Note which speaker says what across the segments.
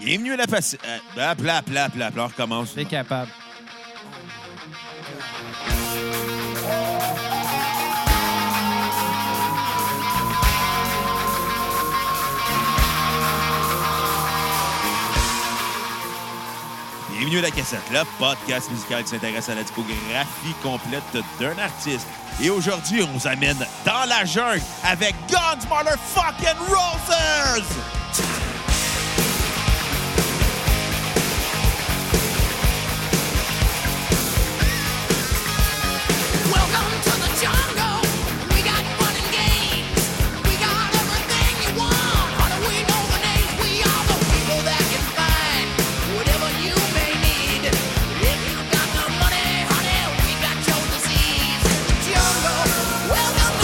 Speaker 1: Bienvenue à la passe. Euh, bla, bla, bla, bla, bla, on recommence.
Speaker 2: T'es capable.
Speaker 1: Bienvenue à la cassette, le podcast musical qui s'intéresse à la discographie complète d'un artiste. Et aujourd'hui, on vous amène dans la jungle avec Guns Motherfucking Roses!
Speaker 3: Welcome to the jungle. We got fun and games. We got everything you want. How do we know the names? We are the people that can find whatever you may need. If you got the money, honey, we got your disease. Jungle. Welcome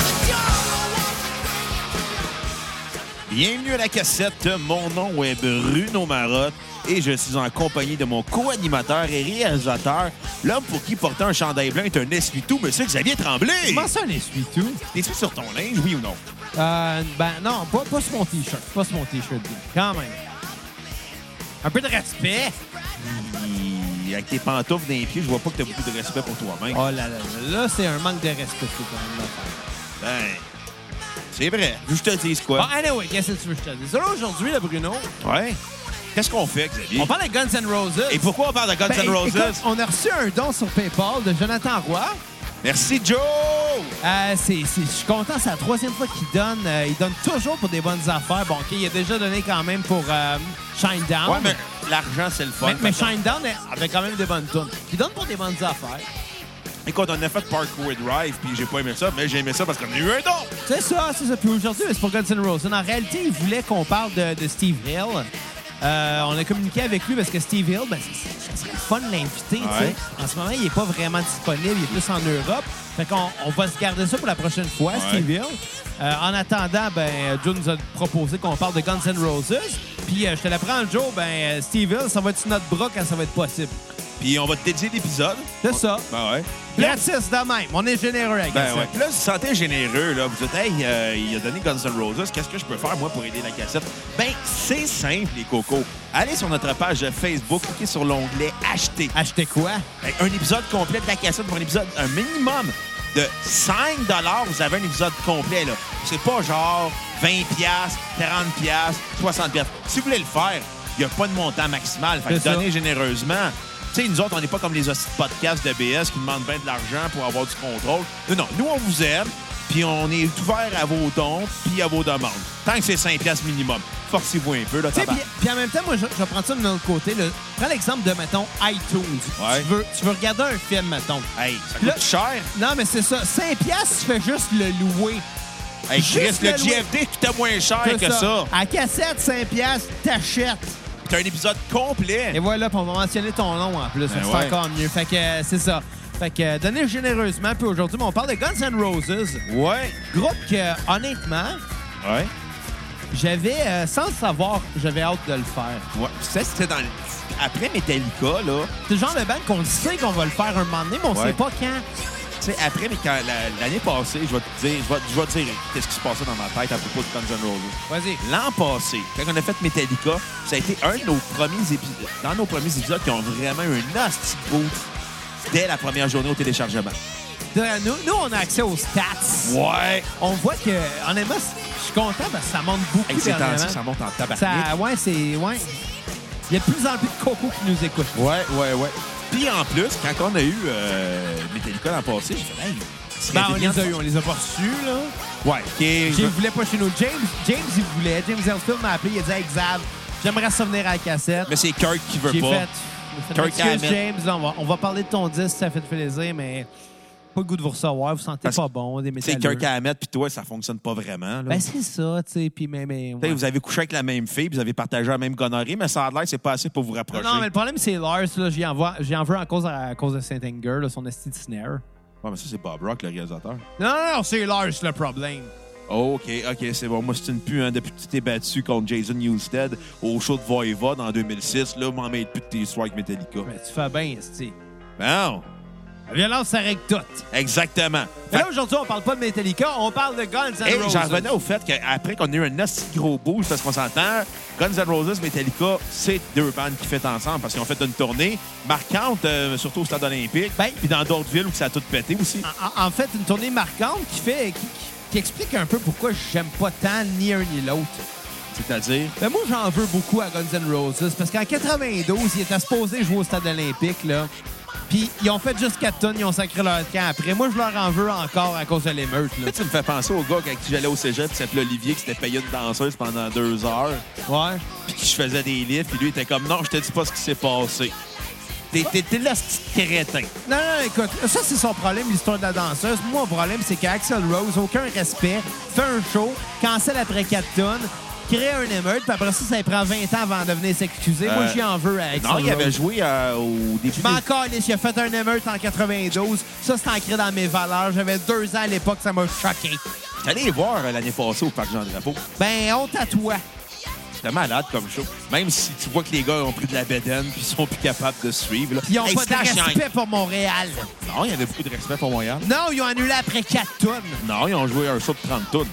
Speaker 3: to the jungle.
Speaker 1: Bienvenue à la cassette, mon nom est Bruno Marotte et je suis en compagnie de mon co-animateur et réalisateur, l'homme pour qui porter un chandail blanc est un essuie-tout, monsieur Xavier Tremblay!
Speaker 2: Comment ça, un essuie-tout?
Speaker 1: T'es-tu sur ton linge, oui ou non?
Speaker 2: Euh, ben non, pas, pas sur mon T-shirt. Pas sur mon T-shirt, bien. Quand même. Un peu de respect.
Speaker 1: Puis, Avec tes pantoufles dans les pieds, je vois pas que t'as beaucoup de respect pour toi-même.
Speaker 2: Oh là là, là, là, c'est un manque de respect, c'est quand même l'affaire.
Speaker 1: Ben, c'est vrai. Je te dis
Speaker 2: Bon,
Speaker 1: quoi?
Speaker 2: anyway, qu'est-ce que tu veux que je te dise? Alors aujourd'hui, là, Bruno,
Speaker 1: ouais. Qu'est-ce qu'on fait, Xavier?
Speaker 2: on parle de Guns N' Roses.
Speaker 1: Et pourquoi on parle de Guns
Speaker 2: Ben,
Speaker 1: N' Roses?
Speaker 2: écoute, on a reçu un don sur PayPal de Jonathan Roy.
Speaker 1: Merci, Joe!
Speaker 2: Euh, c'est- c'est- Je suis content, c'est la troisième fois qu'il donne. Euh, il donne toujours pour des bonnes affaires. Bon, OK, il a déjà donné quand même pour euh, Shine Down.
Speaker 1: Ouais, Ah, mais l'argent, c'est le fun.
Speaker 2: mais, mais
Speaker 1: Fait qu'on-
Speaker 2: Shine Down elle, avait quand même des bonnes tunes. Il donne pour des bonnes affaires.
Speaker 1: Écoute, on a fait Parkour Drive, puis j'ai pas aimé ça, mais j'ai aimé ça parce qu'on a eu un don!
Speaker 2: C'est ça, c'est ça. Puis aujourd'hui, c'est pour Guns N' Roses. En réalité, il voulait qu'on parle de, de Steve Hill. Euh, on a communiqué avec lui parce que Steve Hill, ben, c'est- c'est- ça serait le fun de l'inviter. tu
Speaker 1: Ouais.
Speaker 2: sais. En ce moment, il n'est pas vraiment disponible. Il est plus en Europe. Fait qu'on on va se garder ça pour la prochaine fois, Steve Hill. Euh, en attendant, ben, Joe nous a proposé qu'on parle de Guns N' Roses. Puis euh, je te l'apprends, Joe, ben, euh, Steve Hill, ça va être sur notre bras quand ça va être possible.
Speaker 1: Puis on va te dédier l'épisode.
Speaker 2: C'est ça.
Speaker 1: Ben ouais.
Speaker 2: Gratis de même. On est généreux avec
Speaker 1: Ben
Speaker 2: ça.
Speaker 1: ouais. Puis Là, vous vous sentez généreux, là. Vous dites, hey, euh, il a donné Guns N' Roses, qu'est-ce que je peux faire, moi, pour aider la cassette? Ben, c'est simple, les cocos. Allez sur notre page Facebook, cliquez sur l'onglet Acheter.
Speaker 2: Acheter quoi?
Speaker 1: Fait Ben, Un épisode complet de la cassette pour un épisode, un minimum de 5 vous avez un épisode complet, là. C'est pas genre 20 40 60 Si vous voulez le faire, il n'y a pas de montant maximal. Fait que
Speaker 2: C'est ça.
Speaker 1: donnez généreusement. Tu sais, nous autres, on n'est pas comme les hosties de podcasts de BS qui demandent bien de l'argent pour avoir du contrôle. Non, non. Nous, on vous aime, puis on est ouvert à vos dons puis à vos demandes. Tant que c'est 5 minimum. Forcez-vous un peu, là,
Speaker 2: Tu sais,
Speaker 1: tabarnak.
Speaker 2: puis- puis en même temps, moi, je, je vais prendre ça de l'autre côté. là. Prends l'exemple de, mettons, iTunes.
Speaker 1: Ouais.
Speaker 2: Tu, veux, tu veux regarder un film, mettons.
Speaker 1: Hey, ça
Speaker 2: Là-
Speaker 1: coûte cher.
Speaker 2: Non, mais c'est ça. 5 piastres, tu fais juste le louer.
Speaker 1: Hey, Chris,
Speaker 2: Juste
Speaker 1: le
Speaker 2: le louer.
Speaker 1: GFD coûtait moins cher
Speaker 2: C'est
Speaker 1: que ça.
Speaker 2: À cassette, 5 piastres, t'achètes.
Speaker 1: T'as un épisode complet.
Speaker 2: Et voilà, puis on va mentionner ton nom en plus.
Speaker 1: Ben
Speaker 2: c'est
Speaker 1: ouais.
Speaker 2: encore mieux. Fait que euh, c'est ça. Fait que euh, donnez généreusement. Puis aujourd'hui, on parle de Guns N' Roses.
Speaker 1: Ouais.
Speaker 2: Groupe que, honnêtement,
Speaker 1: Ouais.
Speaker 2: j'avais, euh, sans le savoir, j'avais hâte de le faire.
Speaker 1: Ouais. Tu sais, c'était dans le... Après Metallica, là,
Speaker 2: C'est le genre de band qu'on sait qu'on va le faire un moment donné, mais on
Speaker 1: Ouais.
Speaker 2: sait pas quand.
Speaker 1: tu sais, après, mais quand la- l'année passée, je vais te dire, je vais, je vais te dire qu'est-ce qui se passait dans ma tête à propos de Guns N' Roses.
Speaker 2: Vas-y.
Speaker 1: L'an passé, quand on a fait Metallica, ça a été un de nos premiers épisodes, dans nos premiers épisodes qui ont vraiment eu un nasty boost dès la première journée au téléchargement.
Speaker 2: De- Nous, nous, on a accès aux stats.
Speaker 1: Ouais.
Speaker 2: On voit que, honnêtement, je suis content parce que ça monte beaucoup.
Speaker 1: Hey, c'est
Speaker 2: dernièrement.
Speaker 1: tendu, ça monte en tabarnak.
Speaker 2: Ça- ouais, c'est. Ouais. Il y a de plus en plus de cocos qui nous écoutent.
Speaker 1: Ouais, ouais, ouais. Puis en plus, quand on a eu euh, Metallica l'an passé, j'ai fait, hey, ce serait
Speaker 2: Ben, on
Speaker 1: brillant
Speaker 2: les a
Speaker 1: de-
Speaker 2: eu, on les a pas reçus, là.
Speaker 1: Ouais. ok, je-
Speaker 2: Ils voulaient pas chez nous. James, James, il voulait. James Ellsfield m'a appelé, il a dit, hey, Xav, j'aimerais ça venir à la cassette.
Speaker 1: Mais c'est Kirk qui veut
Speaker 2: J'ai
Speaker 1: pas.
Speaker 2: fait. je
Speaker 1: Kirk
Speaker 2: me suis dit, Excuse,
Speaker 1: Hammett.
Speaker 2: James, là, on va, on va parler de ton disque, ça fait plaisir, mais pas le goût de vous recevoir, vous sentez
Speaker 1: Parce-
Speaker 2: pas bon, des
Speaker 1: C'est
Speaker 2: métalleux.
Speaker 1: Kirk Hammett, puis toi, ça fonctionne pas vraiment. là.
Speaker 2: Ben, c'est ça, tu sais, puis mais. mais
Speaker 1: Tu sais,
Speaker 2: ouais.
Speaker 1: Vous avez couché avec la même fille, puis vous avez partagé la même gonorrhée, mais ça a l'air que c'est pas assez pour vous rapprocher.
Speaker 2: Non, non, mais le problème, c'est Lars. là, J'y en, vois- j'y en veux en cause à, à cause de Saint-Anger, là, son esti de snare.
Speaker 1: Ouais, mais ça, c'est Bob Rock, le réalisateur.
Speaker 2: Non, non, non, c'est Lars le problème.
Speaker 1: OK, OK, c'est bon. Moi, c'est une pue, hein, depuis que tu t'es battu contre Jason Newsted au show de Voivod en 2006. Là, m'en mêle plus de tes histoires avec Metallica.
Speaker 2: Mais tu fais bien, esti.
Speaker 1: Bon!
Speaker 2: La violence, ça règle tout.
Speaker 1: Exactement.
Speaker 2: Mais là, aujourd'hui, on parle pas de Metallica, on parle de Guns N'
Speaker 1: Et
Speaker 2: Roses.
Speaker 1: j'en revenais au fait qu'après qu'on ait eu un assez gros boost, parce qu'on s'entend, Guns N' Roses, Metallica, c'est deux bandes qui fêtent ensemble parce qu'ils ont fait une tournée marquante, euh, surtout au Stade olympique,
Speaker 2: Ben- Ah.
Speaker 1: puis dans d'autres villes où ça a tout pété aussi.
Speaker 2: En- En, en fait, une tournée marquante qui fait... qui- qui explique un peu pourquoi j'aime pas tant ni un ni l'autre.
Speaker 1: C'est-à-dire,
Speaker 2: Ben moi, j'en veux beaucoup à Guns N' Roses parce qu'en 92, ils étaient supposés jouer au Stade olympique. là. Puis ils ont fait juste 4 tonnes, ils ont sacré leur camp après. Moi, je leur en veux encore à cause de l'émeute. là.
Speaker 1: tu me fais penser au gars avec qui j'allais au cégep, qui s'appelait Olivier, qui s'était payé une danseuse pendant deux heures,
Speaker 2: Ouais.
Speaker 1: puis qui je faisais des livres, puis lui était comme non, je te dis pas ce qui s'est passé. T'es, t'es, t'es là, ce petit crétin.
Speaker 2: Non, non, écoute, ça, c'est son problème, l'histoire de la danseuse. Moi, mon problème, c'est qu'Axel Rose, aucun respect, fait un show, cancelle après 4 tonnes, crée un émeute, puis après ça, ça lui prend 20 ans avant de venir s'excuser. Moi,
Speaker 1: Euh,
Speaker 2: j'y en veux à Axel
Speaker 1: Non, il avait
Speaker 2: Rose.
Speaker 1: joué euh, au début.
Speaker 2: Je
Speaker 1: des-
Speaker 2: m'en calisse, il a fait un émeute en 92. Ça, c'est ancré dans mes valeurs. J'avais deux ans à l'époque, ça m'a choqué.
Speaker 1: J'étais allé les voir euh, l'année passée au Parc Jean-Drapeau.
Speaker 2: Ben, honte à toi.
Speaker 1: C'était malade comme show. Même si tu vois que les gars ont pris de la bédaine puis ils sont plus capables de suivre. là.
Speaker 2: Puis ils ont
Speaker 1: Hey,
Speaker 2: pas de
Speaker 1: Slash, il y en-
Speaker 2: respect pour Montréal.
Speaker 1: Non, il y avait beaucoup de respect pour Montréal.
Speaker 2: Non, ils ont annulé après 4 tonnes.
Speaker 1: Non, ils ont joué un show de 30 tonnes.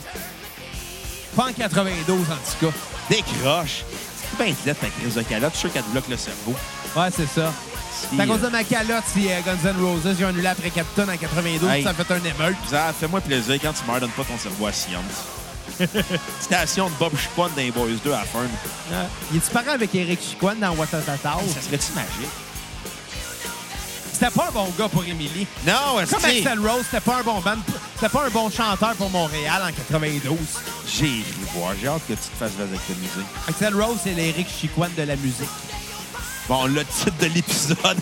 Speaker 2: Pas en 92, en tout cas.
Speaker 1: Décroche. C'est bien laid, ta crise de calotte. Je suis sûr qu'elle te bloque le cerveau.
Speaker 2: Ouais, c'est ça.
Speaker 1: Si,
Speaker 2: C'est à cause de
Speaker 1: euh,
Speaker 2: ma calotte, si euh, Guns N' Roses, ils ont annulé après 4 tonnes en 92,
Speaker 1: Hey.
Speaker 2: ça a fait un émeute.
Speaker 1: Zaf, fais-moi plaisir. Quand tu meurs, donne pas ton cerveau à science. Station de Bob Chupon dans les Boys 2 à la fin.
Speaker 2: Ouais. Il est-tu parent avec Eric Chicoine dans Watatata?
Speaker 1: Ça serait-tu magique?
Speaker 2: C'était pas un bon gars pour Émilie.
Speaker 1: Non, est-ce
Speaker 2: Comme
Speaker 1: que
Speaker 2: Axel Rose, c'était pas un bon band, c'était pas un bon chanteur pour Montréal en 92.
Speaker 1: j'ai ri voir. J'ai hâte que tu te fasses vasectomiser.
Speaker 2: Axel Rose, c'est l'Éric Chicoine de la musique.
Speaker 1: Bon, le titre de l'épisode.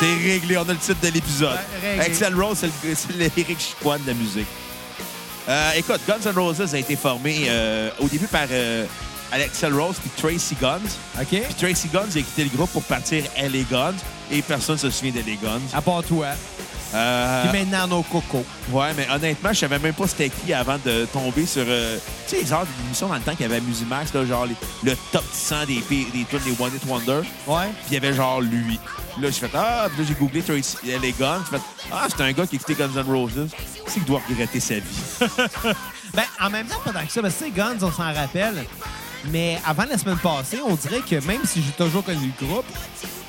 Speaker 1: c'est réglé, on a le titre de l'épisode.
Speaker 2: Ouais, réglé.
Speaker 1: Axel Rose, c'est le- c'est l'Éric Chicoine de la musique. Euh, écoute, Guns N' Roses a été formé euh, au début par euh, Axel Rose puis Tracy Guns.
Speaker 2: OK?
Speaker 1: Puis Tracy Guns a quitté le groupe pour partir LA Guns et personne ne se souvient d'LA Guns.
Speaker 2: À part toi.
Speaker 1: Euh,
Speaker 2: Puis maintenant, nos cocos.
Speaker 1: Ouais, mais honnêtement, je savais même pas c'était qui avant de tomber sur. euh, tu sais, les heures d'émission dans le temps qu'il y avait Musimax, là, genre les- le top 100 des, pi- des tunes des One Hit Wonder.
Speaker 2: Ouais.
Speaker 1: Puis il y avait genre lui. Là, j'ai fait Ah, puis là, j'ai googlé Tracy les Guns. J'ai fait Ah, c'est un gars qui a quitté Guns N' Roses. C'est qu'il doit regretter sa vie.
Speaker 2: Ben, en même temps, pendant que ça, parce que tu sais, Guns, on s'en rappelle. Mais avant la semaine passée, on dirait que même si j'ai toujours connu le groupe,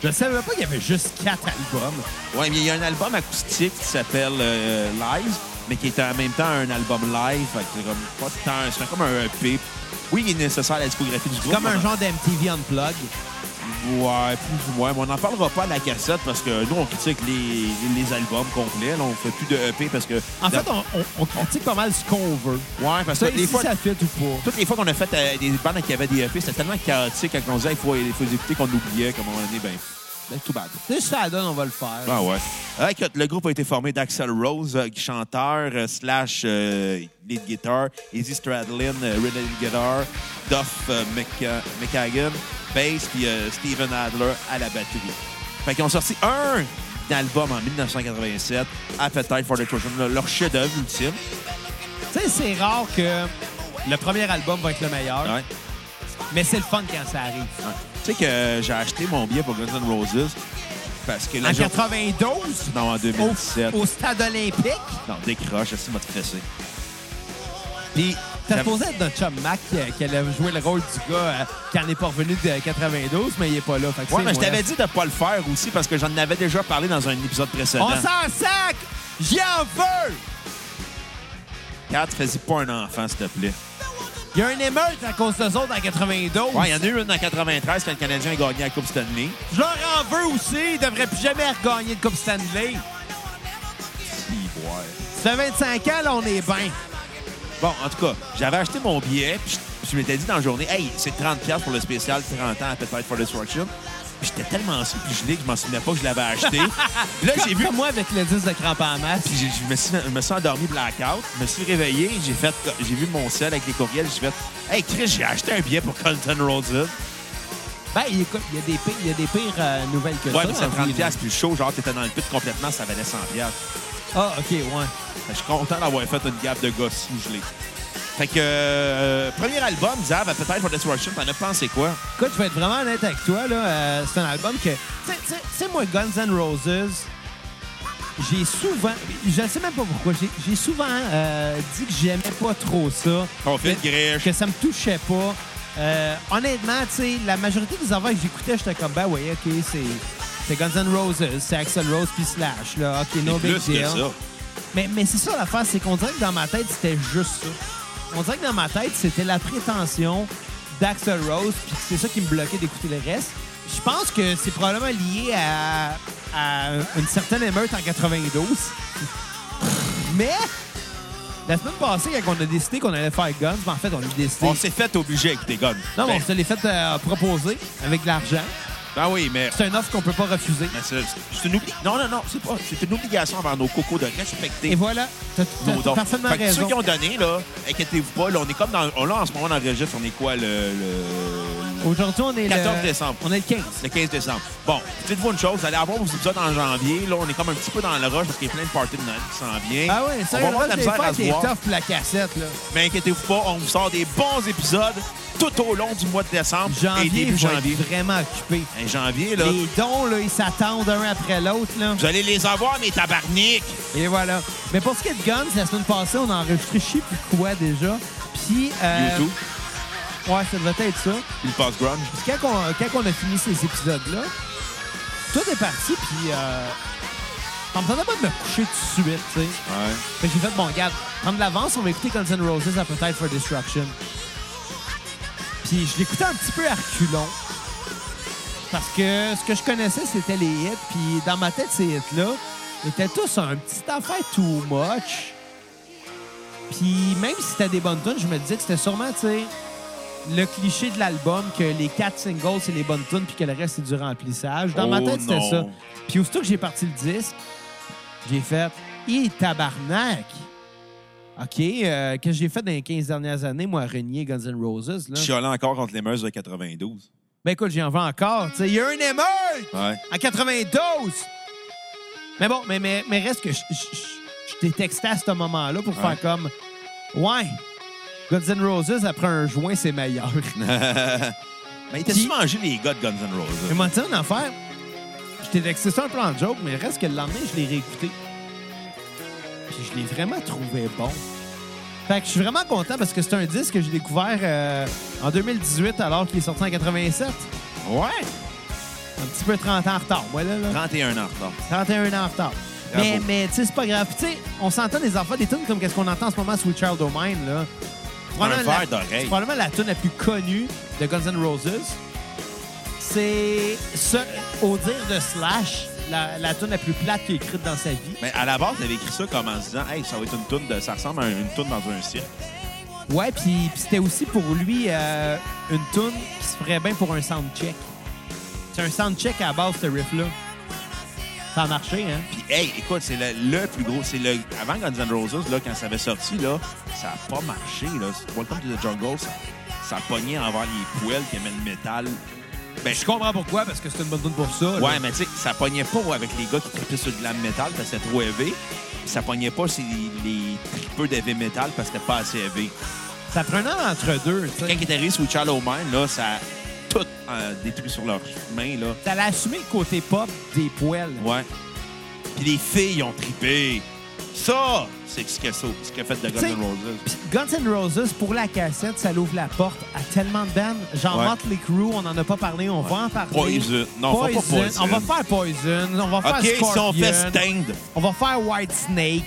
Speaker 2: je savais pas qu'il y avait juste quatre albums.
Speaker 1: ouais, mais il y a un album acoustique qui s'appelle euh, Live, mais qui est en même temps un album live. Fait que c'est comme pas tant. C'est comme un EP. Oui, il est nécessaire à la discographie du groupe.
Speaker 2: Comme un
Speaker 1: mais-
Speaker 2: genre d'MTV Unplug.
Speaker 1: Ouais, plus ou moins. Mais on n'en parlera pas à la cassette parce que nous, on critique les, les albums complets. Là, on fait plus de EP parce que.
Speaker 2: En fait, on, on- on critique pas mal ce qu'on veut.
Speaker 1: Ouais, parce que
Speaker 2: Ça,
Speaker 1: toutes les
Speaker 2: si
Speaker 1: fois,
Speaker 2: ça fit ou
Speaker 1: toutes les fois qu'on a fait euh, des bandes qui avaient des EP, c'était tellement chaotique quand on disait il faut, il faut les écouter qu'on oubliait qu'à un moment donné, ben, ben, tout bad.
Speaker 2: pas. Si ça donne, on va le faire.
Speaker 1: Ah ouais. Euh, écoute, le groupe a été formé d'Axel Rose, euh, chanteur, euh, slash euh, lead guitar, Izzy Stradlin, euh, rhythm guitar, Duff euh, Mc- McKagan, bass, puis euh, Steven Adler à la batterie. Fait qu'ils ont sorti un album en 1987, Appetite for Destruction, le- leur chef-d'œuvre ultime.
Speaker 2: Tu sais, c'est rare que le premier album va être le meilleur,
Speaker 1: Ouais.
Speaker 2: mais c'est le fun quand ça arrive.
Speaker 1: Ouais. Tu sais que euh, j'ai acheté mon billet pour Guns N' Roses parce que là,
Speaker 2: En
Speaker 1: j'ai-
Speaker 2: 92,
Speaker 1: non, en 2017.
Speaker 2: au, au stade olympique,
Speaker 1: Non, décroche, ça m'a stressé. Puis,
Speaker 2: t'as
Speaker 1: j'avais-
Speaker 2: supposé être notre chum Mac qui, qui allait jouer le rôle du gars euh, qui en est pas revenu de 92, mais il est pas là. Fait
Speaker 1: Ouais,
Speaker 2: que c'est
Speaker 1: mais je
Speaker 2: moi.
Speaker 1: t'avais dit de pas le faire aussi parce que j'en avais déjà parlé dans un épisode précédent.
Speaker 2: On s'en sac! J'y en veux!
Speaker 1: Kat, fais-y pas un enfant, s'il te plaît.
Speaker 2: Il y a une émeute à cause d'eux autres en 92.
Speaker 1: Ouais, il y en a eu une en 93 quand le Canadien a gagné la Coupe Stanley.
Speaker 2: Je leur en veux aussi. Ils devraient plus jamais regagner de Coupe Stanley.
Speaker 1: Si, ouais.
Speaker 2: Ça fait 25 ans, là, on est bien.
Speaker 1: Bon, en tout cas, j'avais acheté mon billet, puis je- je m'étais dit dans la journée, hey, c'est 30$ pour le spécial 30 ans à Appetite for Destruction. Puis j'étais tellement sous puis gelé que je m'en souvenais pas que je l'avais acheté. Puis là, j'ai vu.
Speaker 2: Comme moi avec le 10 de crampe en masse.
Speaker 1: Puis j'ai- je me, suis, je me suis endormi blackout, je me suis réveillé, j'ai fait, j'ai vu mon sel avec les courriels, j'ai fait, hey Chris, j'ai acheté un billet pour Colton Roses.
Speaker 2: Ben, écoute, il y a des pires, il y a des pires euh, nouvelles que
Speaker 1: Ouais,
Speaker 2: ça.
Speaker 1: mais
Speaker 2: en
Speaker 1: c'est 30
Speaker 2: vie, là.
Speaker 1: pièces plus chaud, genre t'étais dans le pit complètement, ça valait 100 pièces.
Speaker 2: Ah, OK, ouais.
Speaker 1: Je suis content d'avoir fait une gamme de gars sous gelés. Fait que, euh, premier album, Zav, à peut-être for Destruction, t'en as pensé quoi?
Speaker 2: Écoute, je vais être vraiment honnête avec toi. là. euh, c'est un album que. Tu sais- tu sais- tu sais, moi, Guns N' Roses, j'ai souvent. Je ne sais même pas pourquoi. J'ai- J'ai souvent euh, dit que j'aimais pas trop ça.
Speaker 1: Confit,
Speaker 2: Que-
Speaker 1: griche.
Speaker 2: que ça me touchait pas. Euh, honnêtement, tu sais, la majorité des enfants que j'écoutais, j'étais comme, ben ouais, OK, c'est c'est Guns N' Roses, c'est Axel Rose puis Slash, là. OK, no big
Speaker 1: Plus
Speaker 2: deal.
Speaker 1: que ça.
Speaker 2: Mais, mais c'est ça l'affaire, c'est qu'on dirait que dans ma tête, c'était juste ça. On dirait que dans ma tête, c'était la prétention d'Axel Rose, puis c'est ça qui me bloquait d'écouter le reste. Je pense que c'est probablement lié à, à une certaine émeute en 92. Mais la semaine passée, quand on a décidé qu'on allait faire Guns, ben en fait, on a décidé.
Speaker 1: On s'est fait obligé avec tes guns.
Speaker 2: non, mais
Speaker 1: Ben,
Speaker 2: on se l'est fait euh, proposer avec de l'argent.
Speaker 1: Ah oui, mais.
Speaker 2: C'est une offre qu'on peut pas refuser.
Speaker 1: mais c'est- c'est une oubli- Non, non, non, c'est pas. C'est une obligation envers nos cocos de respecter
Speaker 2: Et voilà, t'as
Speaker 1: nos
Speaker 2: t'as- t'as
Speaker 1: dons.
Speaker 2: parfaitement
Speaker 1: Fait que ceux
Speaker 2: raison.
Speaker 1: qui ont donné, là, inquiétez-vous pas, là, on est comme dans. on- Là, en ce moment, on enregistre, on est quoi, le. le-
Speaker 2: Aujourd'hui, on est
Speaker 1: 14
Speaker 2: le...
Speaker 1: décembre.
Speaker 2: On est le 15.
Speaker 1: le 15 décembre. Bon, dites-vous une chose, vous allez avoir vos épisodes en janvier. Là, on est comme un petit peu dans le rush parce qu'il y a plein de parties de Noël qui s'en viennent.
Speaker 2: Ah ouais,
Speaker 1: on
Speaker 2: ça,
Speaker 1: va
Speaker 2: le
Speaker 1: avoir de la
Speaker 2: reste des
Speaker 1: misère à
Speaker 2: fêtes
Speaker 1: se
Speaker 2: est
Speaker 1: voir.
Speaker 2: tough pour la cassette, là.
Speaker 1: Mais inquiétez-vous pas, on vous sort des bons épisodes tout au long du mois de décembre et
Speaker 2: Janvier,
Speaker 1: début
Speaker 2: je vais
Speaker 1: janvier.
Speaker 2: être vraiment occupé.
Speaker 1: Hey, janvier, là,
Speaker 2: Les dons, là, ils s'attendent un après l'autre, là.
Speaker 1: vous allez les avoir, mes tabarniques!
Speaker 2: Et voilà. Mais pour ce qui est de Guns, la semaine passée, on a enregistré je sais plus quoi déjà. Puis... Euh,
Speaker 1: YouTube,
Speaker 2: Ouais, ça devait être ça.
Speaker 1: il passe grunge.
Speaker 2: Puis quand on, quand on a fini ces épisodes-là, tout est parti, puis... Euh, ça me tentait pas de me coucher tout de suite, tu sais.
Speaker 1: Ouais.
Speaker 2: Fait que j'ai fait, bon, regarde, prendre de l'avance, on va écouter Guns N' Roses à peut-être for Destruction. Puis je l'écoutais un petit peu à reculons. Parce que ce que je connaissais, c'était les hits. Puis dans ma tête, ces hits-là étaient tous un petit affaire too much. Puis même si c'était des bonnes tunes, je me disais que c'était sûrement, tu sais, le cliché de l'album que les quatre singles, c'est les bonnes tunes, puis que le reste, c'est du remplissage. Dans ma
Speaker 1: Oh
Speaker 2: tête, c'était
Speaker 1: non.
Speaker 2: ça. Puis aussitôt que j'ai parti le disque, j'ai fait « Hi, tabarnak! » OK, euh, qu'est-ce que j'ai fait dans les 15 dernières années, moi, à renier Guns N' Roses? Là?
Speaker 1: Chialant encore contre les mœurs de 92.
Speaker 2: Ben écoute, j'en veux encore. tu sais. Il y a une émeute
Speaker 1: Ouais.
Speaker 2: en 92! Mais bon, mais, mais, mais reste que je- je je- je t'ai texté à ce moment-là pour
Speaker 1: Ouais.
Speaker 2: faire comme « Ouais, Guns N' Roses, après un joint, c'est meilleur.
Speaker 1: Mais t'as
Speaker 2: Qui-
Speaker 1: tu mangé les gars de Guns N' »
Speaker 2: Mais
Speaker 1: Roses?
Speaker 2: moi, tu sais, une affaire, je t'ai texté ça un peu en joke, mais reste que le lendemain, je l'ai réécouté. Puis je l'ai vraiment trouvé bon. Fait que je suis vraiment content parce que c'est un disque que j'ai découvert euh, en 2018 alors qu'il est sorti en 87.
Speaker 1: Ouais!
Speaker 2: Un petit peu 30 ans en retard, moi, là. là.
Speaker 1: 31 ans, pardon.
Speaker 2: 31 ans en retard.
Speaker 1: Bravo.
Speaker 2: Mais, mais tu sais, c'est pas grave. Puis, tu sais, on s'entend des enfants, des tunes comme qu'est-ce qu'on entend en ce moment, Sweet Child O' Mine, là. C'est
Speaker 1: Un
Speaker 2: probablement
Speaker 1: verre
Speaker 2: la-
Speaker 1: d'oreille.
Speaker 2: C'est probablement la tune la plus connue de Guns N' Roses. C'est, ce, au dire de Slash, la, la tune la plus plate qu'il a écrite dans sa vie.
Speaker 1: Mais à la base, t'avais écrit ça comme en se disant, hey, ça va être une toune de. Ça ressemble à une toune dans un cirque.
Speaker 2: Ouais, puis puis c'était aussi pour lui euh, une tune qui se ferait bien pour un soundcheck. C'est un soundcheck à la base, ce riff-là. Ça a marché, hein?
Speaker 1: Puis, hey, écoute, c'est le, le plus gros. C'est le. Avant Guns N' Roses, là, quand ça avait sorti, là, ça a pas marché, là. Welcome to the Jungle, ça, ça pognait envers les poêles qui aimaient le métal. Ben,
Speaker 2: Je comprends pourquoi, parce que c'est une bonne tune pour ça. là.
Speaker 1: Ouais, mais tu sais, ça pognait pas avec les gars qui tripaient sur le glam metal parce que c'était trop élevé. Puis Ça pognait pas sur les, les tripeux d'heavy metal parce que c'était pas assez élevé.
Speaker 2: Ça prenait entre deux, tu
Speaker 1: Quand
Speaker 2: sais.
Speaker 1: il est arrivé sous Charles O'Man, là, ça a tout euh, détruit sur leurs mains, là.
Speaker 2: T'allais assumer le côté pop des poils.
Speaker 1: Ouais. Puis les filles ont tripé. Ça, c'est ce que ça- ce qu'a fait de Guns
Speaker 2: T'sais,
Speaker 1: N' Roses.
Speaker 2: Puis Guns N' Roses, pour la cassette, ça l'ouvre la porte à tellement de bandes. Genre
Speaker 1: Ouais.
Speaker 2: Motley Crue, on n'en a pas parlé, on va en parler.
Speaker 1: Poison. Non, on va pas Poison.
Speaker 2: On va faire Poison, on va faire
Speaker 1: OK, si
Speaker 2: Scorpion,
Speaker 1: on fait Stained,
Speaker 2: on va faire White Snake.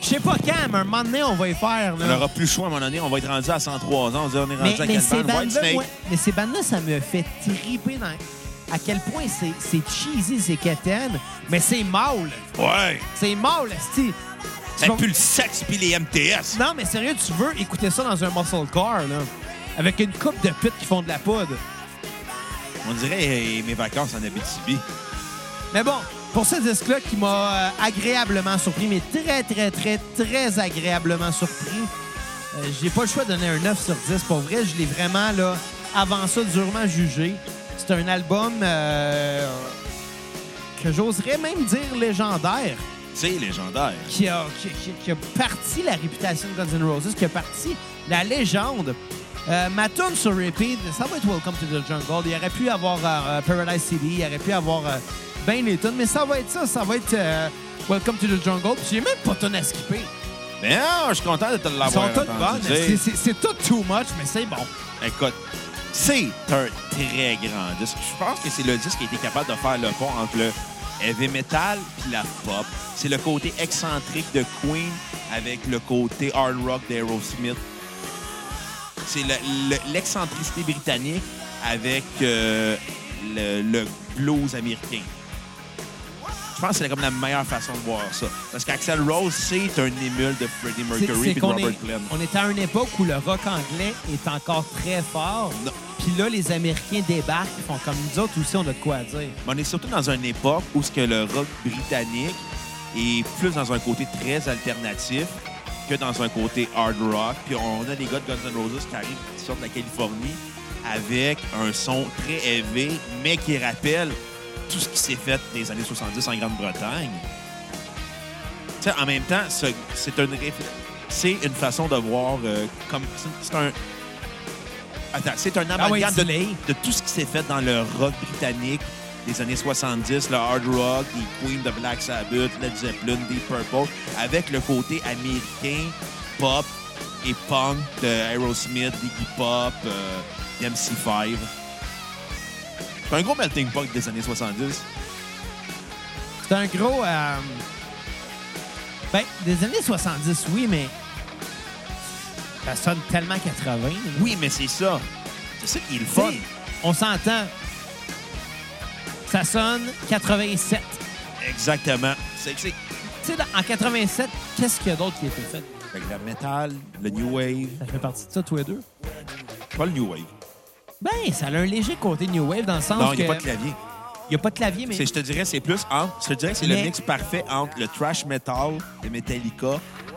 Speaker 2: Je sais pas quand, mais un moment donné, on va y faire.
Speaker 1: on
Speaker 2: Là.
Speaker 1: n'aura plus le choix à un moment donné. On va être rendu à 103 ans. On va dire, on est rendu
Speaker 2: mais,
Speaker 1: à
Speaker 2: mais
Speaker 1: quelle bande?
Speaker 2: ces
Speaker 1: White
Speaker 2: bandes-là,
Speaker 1: Snake.
Speaker 2: ouais, mais ces bandes-là, ça me fait triper dans... à quel point c'est c'est cheesy, c'est quétaine, mais c'est mâle.
Speaker 1: Ouais.
Speaker 2: C'est mâle, esti. Tu
Speaker 1: Ça
Speaker 2: vas-
Speaker 1: pue le sexe puis les MTS.
Speaker 2: Non, mais sérieux, tu veux écouter ça dans un muscle car, là. Avec une coupe de putes qui font de la poudre.
Speaker 1: On dirait euh, mes vacances en Abitibi.
Speaker 2: Mais bon, pour ce disque-là qui m'a euh, agréablement surpris, mais très, très, très, très agréablement surpris, euh, j'ai pas le choix de donner un 9 sur 10. Pour vrai, je l'ai vraiment, là, avant ça, durement jugé. C'est un album euh, que j'oserais même dire légendaire.
Speaker 1: C'est légendaire.
Speaker 2: qui a, qui, qui- qui a parti la réputation de Guns N' Roses, qui a parti la légende. Euh, ma tune sur repeat, ça va être Welcome to the Jungle. Il aurait pu avoir euh, Paradise City, il aurait pu avoir euh, ben les tunes, mais ça va être ça, ça va être euh, Welcome to the Jungle. Puis j'ai même pas tune à skipper.
Speaker 1: Mais non, Ben, hein, je suis content de te l'avoir
Speaker 2: Ils sont toutes
Speaker 1: Ah entendu
Speaker 2: bonnes.
Speaker 1: dire.
Speaker 2: C'est- c'est- C'est tout too much, mais c'est bon.
Speaker 1: Écoute, c'est un très grand disque. Je pense que c'est le disque qui a été capable de faire le pont entre le heavy metal et la pop. C'est le côté excentrique de Queen avec le côté hard rock d'Aerosmith. C'est le- le- l'excentricité britannique avec euh, le, le blues américain. Je pense que c'est comme la meilleure façon de voir ça. Parce qu'Axel Rose, c'est un émule de Freddie
Speaker 2: C'est-
Speaker 1: Mercury
Speaker 2: c'est
Speaker 1: et de
Speaker 2: qu'on
Speaker 1: Robert
Speaker 2: est-
Speaker 1: Plant.
Speaker 2: On est à une époque où le rock anglais est encore très fort.
Speaker 1: Non.
Speaker 2: Puis là, les Américains débarquent, ils font comme nous autres aussi, on a de quoi dire.
Speaker 1: Mais on est surtout dans une époque où ce que le rock britannique est plus dans un côté très alternatif que dans un côté hard rock. Puis on a des gars de Guns N' Roses qui arrivent, qui sortent de la Californie avec un son très élevé, mais qui rappelle tout ce qui s'est fait des années 70 en Grande-Bretagne. Tu sais, en même temps, ce- c'est une, réf- c'est une façon de voir euh, comme... c'est- C'est un... Attends, c'est un
Speaker 2: Ah ouais,
Speaker 1: amalgame de
Speaker 2: dis-le.
Speaker 1: de tout ce qui s'est fait dans le rock britannique des années 70, le hard rock, les Queen, de Black Sabbath, Led Zeppelin, Deep Purple, avec le côté américain, pop et punk de Aerosmith, Iggy Pop, euh, MC5. C'est un gros melting pot des années 70.
Speaker 2: C'est un gros. euh, Ben, des années 70, oui, mais. Ça sonne tellement 80. là.
Speaker 1: Oui, mais c'est ça. C'est ça qui est le
Speaker 2: Tu sais,
Speaker 1: fun.
Speaker 2: On s'entend. Ça sonne 87.
Speaker 1: Exactement. C'est c'est-
Speaker 2: Tu sais, dans- en 87, qu'est-ce qu'il y a d'autre qui a été fait?
Speaker 1: Fait que le metal, le new wave.
Speaker 2: Ça fait partie de ça, tous les deux?
Speaker 1: Pas le new wave.
Speaker 2: Ben, ça a un léger côté New Wave dans le sens
Speaker 1: Non, il
Speaker 2: que.
Speaker 1: n'y a pas de clavier.
Speaker 2: il n'y a pas de clavier, mais.
Speaker 1: C'est- je te dirais, c'est plus entre. Je te dirais que c'est le
Speaker 2: Mais-
Speaker 1: mix parfait entre le thrash metal de Metallica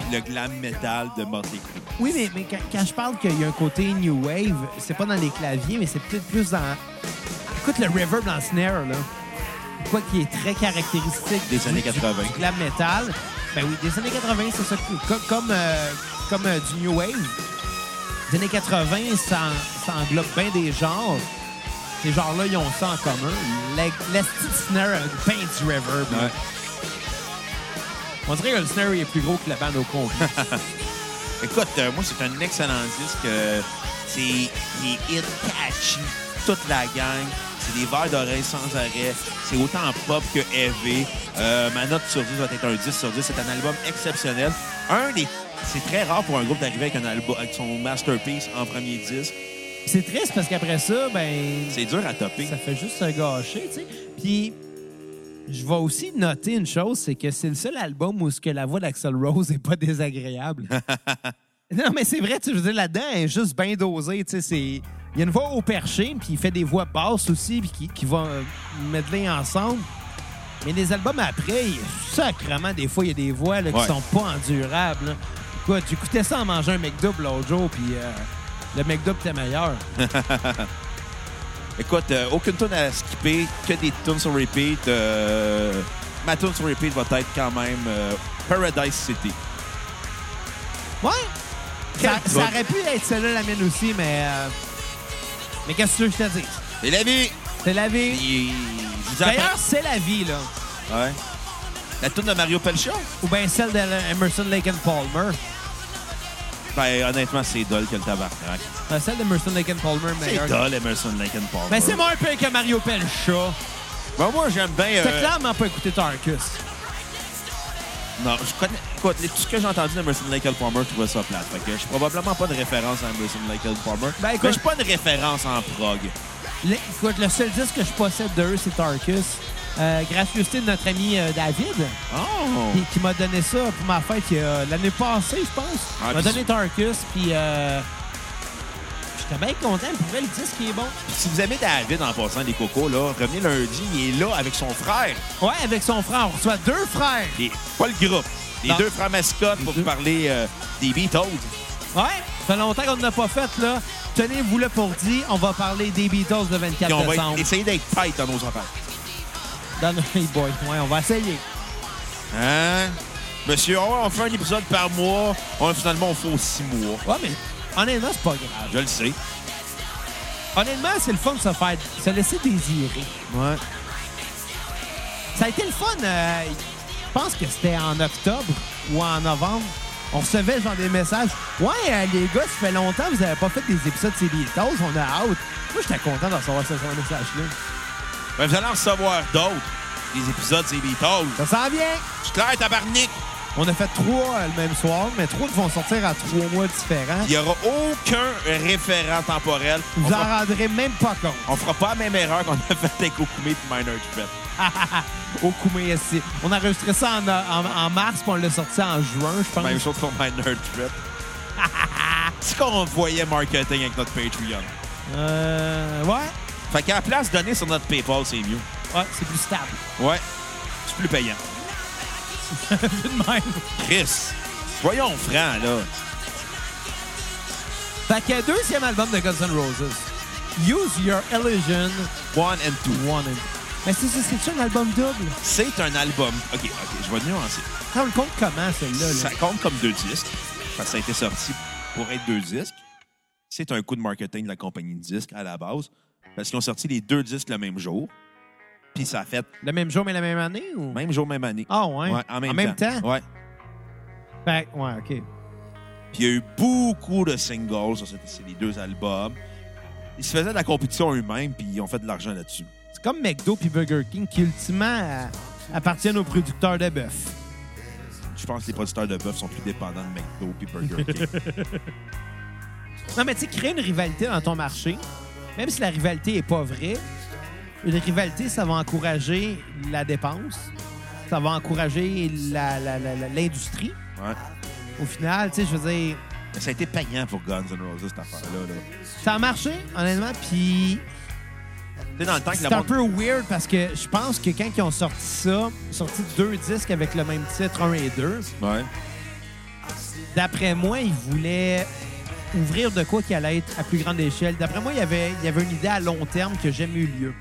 Speaker 1: et le glam metal de Motley Crue.
Speaker 2: Oui, mais, mais quand, quand je parle qu'il y a un côté New Wave, c'est pas dans les claviers, mais c'est peut-être plus dans. Écoute le reverb dans le snare, là. Quoi qui est très caractéristique
Speaker 1: Des
Speaker 2: du-
Speaker 1: années
Speaker 2: du-
Speaker 1: 80.
Speaker 2: Du, glam metal. Ben oui, des années 80, c'est ça. que- Comme, comme, euh, comme euh, du New Wave. Des années 80, ça, en- ça englobe bien des genres. Ces genres-là, ils ont ça en commun. Le- Le style snare a bien du reverb. là. On dirait que le snare il est plus gros que la bande au complet.
Speaker 1: Écoute, euh, moi, c'est un excellent disque. euh, c'est il est hit catchy, toute la gang. C'est des verres d'oreilles sans arrêt. C'est autant pop que heavy. Euh, ma note sur 10 va être un 10 sur 10. C'est un album exceptionnel. Un des. C'est très rare pour un groupe d'arriver avec, un album, avec son masterpiece en premier disque.
Speaker 2: c'est triste parce qu'après ça, ben.
Speaker 1: C'est dur à topper.
Speaker 2: Ça fait juste se gâcher, tu sais. Puis, je vais aussi noter une chose, c'est que c'est le seul album où ce que la voix d'Axel Rose est pas désagréable. non, mais c'est vrai, tu sais, je veux dire, là-dedans, elle est juste bien dosée, tu sais. c'est- Il y a une voix au perché, puis il fait des voix basses aussi, puis qui, qui vont euh, medler ensemble. Mais les albums après, il- sacrément, des fois, il y a des voix là, qui
Speaker 1: Ouais.
Speaker 2: sont pas endurables. là. Écoute, j'écoutais ça en mangeant un McDouble l'autre jour, puis euh, le McDouble était meilleur.
Speaker 1: Écoute, euh, aucune tune à skipper, que des tunes sur repeat. Euh, ma tune sur repeat va être quand même euh, Paradise City.
Speaker 2: Ouais. Ça,
Speaker 1: Quel
Speaker 2: ça
Speaker 1: bon.
Speaker 2: aurait pu être celle-là, la mienne aussi, mais. euh, Mais qu'est-ce que tu veux que je te dise?
Speaker 1: Et la vie!
Speaker 2: C'est la vie.
Speaker 1: Il- vous apprend-
Speaker 2: D'ailleurs, c'est la vie, là.
Speaker 1: Ouais. La tune de Mario Pelcha?
Speaker 2: Ou bien celle d'Emerson Lake and Palmer.
Speaker 1: Ben, honnêtement, c'est Doll que le tabarnak.
Speaker 2: Euh, celle d'Emerson Lake and Palmer,
Speaker 1: C'est
Speaker 2: meilleure.
Speaker 1: Doll, Emerson, Lincoln Palmer.
Speaker 2: Mais Ben, c'est moins pire que Mario Pelcha.
Speaker 1: Ben, moi, j'aime bien...
Speaker 2: T'as
Speaker 1: euh,
Speaker 2: clairement pas écouté Tarkus.
Speaker 1: Non, je connais... Écoute, les- tout ce que j'ai entendu d'Emerson, Lincoln Palmer, je trouvais ça plate. Fait que je suis probablement pas une référence à Emerson, Lincoln Palmer.
Speaker 2: Ben, écoute-
Speaker 1: Mais je suis pas une référence en prog.
Speaker 2: Le- Écoute, le seul disque que je possède d'eux, c'est Tarkus. Euh, gracieuseté de notre ami euh, David,
Speaker 1: Oh!
Speaker 2: qui, qui m'a donné ça pour ma fête il y a- l'année passée, je pense.
Speaker 1: Ah,
Speaker 2: Il
Speaker 1: puis-
Speaker 2: m'a donné Tarkus, puis euh, j'étais bien content. Pour vrai, le disque, il est bon.
Speaker 1: Puis Si vous aimez David en passant des cocos, là, revenez lundi, il est là avec son frère.
Speaker 2: Ouais, avec son frère. On reçoit deux frères.
Speaker 1: Les- pas le groupe. Les
Speaker 2: Non.
Speaker 1: deux frères mascottes pour
Speaker 2: deux.
Speaker 1: vous parler euh, des Beatles.
Speaker 2: Ouais, ça fait longtemps qu'on n'a pas fait, là. Tenez-vous le pour dit. On va parler des Beatles le 24
Speaker 1: Puis on va
Speaker 2: décembre.
Speaker 1: essayer d'être tight dans nos affaires.
Speaker 2: Dans nos- Hey boy, ouais, on va essayer.
Speaker 1: Hein? Monsieur, oh, on fait un épisode par mois. On, finalement, on fait six mois.
Speaker 2: Ouais, mais honnêtement, c'est pas grave.
Speaker 1: Je le sais.
Speaker 2: Honnêtement, c'est le fun de se faire, se laisser désirer.
Speaker 1: Ouais.
Speaker 2: Ça a été le fun. euh, je pense que c'était en octobre ou en novembre. On recevait genre des messages. Ouais, euh, les gars, ça fait longtemps que vous n'avez pas fait des épisodes de Célie Tose, on a hâte. Moi, j'étais content de recevoir ce genre de message-là.
Speaker 1: Ben, vous allez en recevoir d'autres. Les épisodes, c'est Beatles.
Speaker 2: Ça s'en vient!
Speaker 1: C'est clair, tabarnak.
Speaker 2: On a fait trois euh, le même soir, mais trois qui vont sortir à trois mois différents.
Speaker 1: Il n'y aura aucun référent temporel. On
Speaker 2: Vous
Speaker 1: fera,
Speaker 2: en rendrez même pas compte.
Speaker 1: on fera pas la même erreur qu'on a faite avec Okume et Minor Threat.
Speaker 2: Au Koumé SC. On a enregistré ça en, en- en mars, puis on l'a sorti en juin, je pense.
Speaker 1: Même chose pour Minor Threat. C'est qu'on voyait marketing avec notre Patreon.
Speaker 2: Euh, ouais.
Speaker 1: Fait qu'à la place donnée sur notre PayPal, c'est mieux.
Speaker 2: Ouais, c'est plus stable.
Speaker 1: Ouais. C'est plus payant.
Speaker 2: Plus de même.
Speaker 1: Chris, soyons francs, là.
Speaker 2: Fait que deuxième album de Guns N' Roses. Use Your Illusion
Speaker 1: One and two.
Speaker 2: One and... Mais c'est ça, c'est-tu un album double?
Speaker 1: C'est un album. OK, OK, je vais le nuancer.
Speaker 2: Ça, on le compte comment, celui-là?
Speaker 1: Ça
Speaker 2: Là?
Speaker 1: compte comme deux disques. Parce que ça a été sorti pour être deux disques. C'est un coup de marketing de la compagnie de disques à la base. Parce qu'ils ont sorti les deux disques le même jour. Puis ça a fait
Speaker 2: Le même jour, mais la même année? Ou...
Speaker 1: même jour, même année.
Speaker 2: Ah ouais?
Speaker 1: Ouais, en même temps.
Speaker 2: temps?
Speaker 1: Ouais.
Speaker 2: Fait- ouais, OK.
Speaker 1: Puis il y a eu beaucoup de singles sur cette- c'est les deux albums. Ils se faisaient de la compétition eux-mêmes, puis ils ont fait de l'argent là-dessus.
Speaker 2: C'est comme McDo puis Burger King qui, ultimement, euh, appartiennent aux producteurs de bœuf.
Speaker 1: Je pense que les producteurs de bœuf sont plus dépendants de McDo puis Burger King.
Speaker 2: Non, mais tu sais, créer une rivalité dans ton marché, même si la rivalité est pas vraie, une rivalité, ça va encourager la dépense, ça va encourager la- la- la- la- l'industrie.
Speaker 1: Ouais.
Speaker 2: Au final, tu sais, je veux dire,
Speaker 1: Mais ça a été payant pour Guns N' Roses, cette affaire-là. là.
Speaker 2: ça a marché, honnêtement, puis
Speaker 1: Tu sais, dans le temps que
Speaker 2: c'est
Speaker 1: le
Speaker 2: un
Speaker 1: monde...
Speaker 2: peu weird parce que je pense que quand ils ont sorti ça, sorti deux disques avec le même titre, un et deux,
Speaker 1: Ouais.
Speaker 2: D'après moi, ils voulaient ouvrir de quoi qui allait être à plus grande échelle. D'après moi, il y avait, il y avait une idée à long terme qui n'a jamais eu lieu.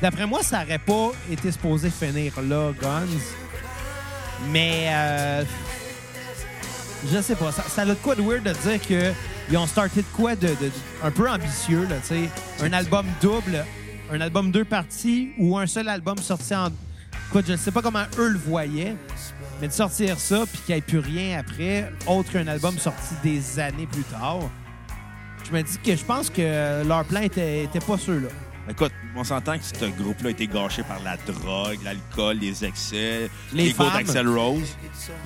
Speaker 2: D'après moi, ça n'aurait pas été supposé finir là, Guns. Mais euh, je sais pas. Ça, ça a le quoi de weird de dire que ils ont starté de quoi de, de- de- un peu ambitieux, là, tu sais. Un album double, un album deux parties ou un seul album sorti en. Écoute, je ne sais pas comment eux le voyaient, mais de sortir ça puis qu'il n'y ait plus rien après, autre qu'un album sorti des années plus tard, je me dis que je pense que leur plan était, était pas ceux-là.
Speaker 1: Écoute, on s'entend que ce groupe-là a été gâché par la drogue, l'alcool, les excès,
Speaker 2: Les
Speaker 1: l'ego
Speaker 2: femmes.
Speaker 1: d'Axel Rose.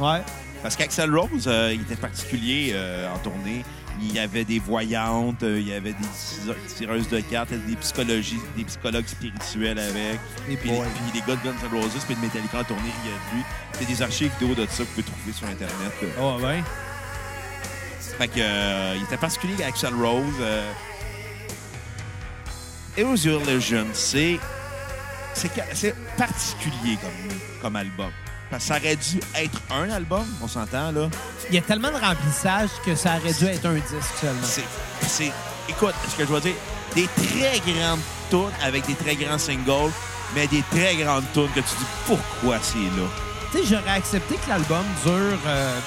Speaker 2: Ouais.
Speaker 1: Parce qu'Axel Rose, euh, il était particulier euh, en tournée. Il y avait des voyantes, euh, il y avait des tise- tireuses de cartes, des psychologies, des psychologues spirituels avec.
Speaker 2: Et
Speaker 1: Puis,
Speaker 2: boy.
Speaker 1: puis les gars de Guns N' Roses, puis de Metallica en tournée, il y a de lui. C'est des archives vidéo de ça que vous pouvez trouver sur Internet. euh.
Speaker 2: Oh, ouais.
Speaker 1: Fait que, euh, il était particulier avec Axel Rose. euh. Et aux yeux les jeunes, c'est c'est que- c'est particulier comme, comme album. Parce que ça aurait dû être un album, on s'entend, là.
Speaker 2: Il y a tellement de remplissage que ça aurait dû être un disque seulement.
Speaker 1: C'est, c'est, écoute, ce que je veux dire, des très grandes tunes avec des très grands singles, mais des très grandes tunes que tu dis pourquoi c'est là.
Speaker 2: Tu sais, j'aurais accepté que l'album dure euh,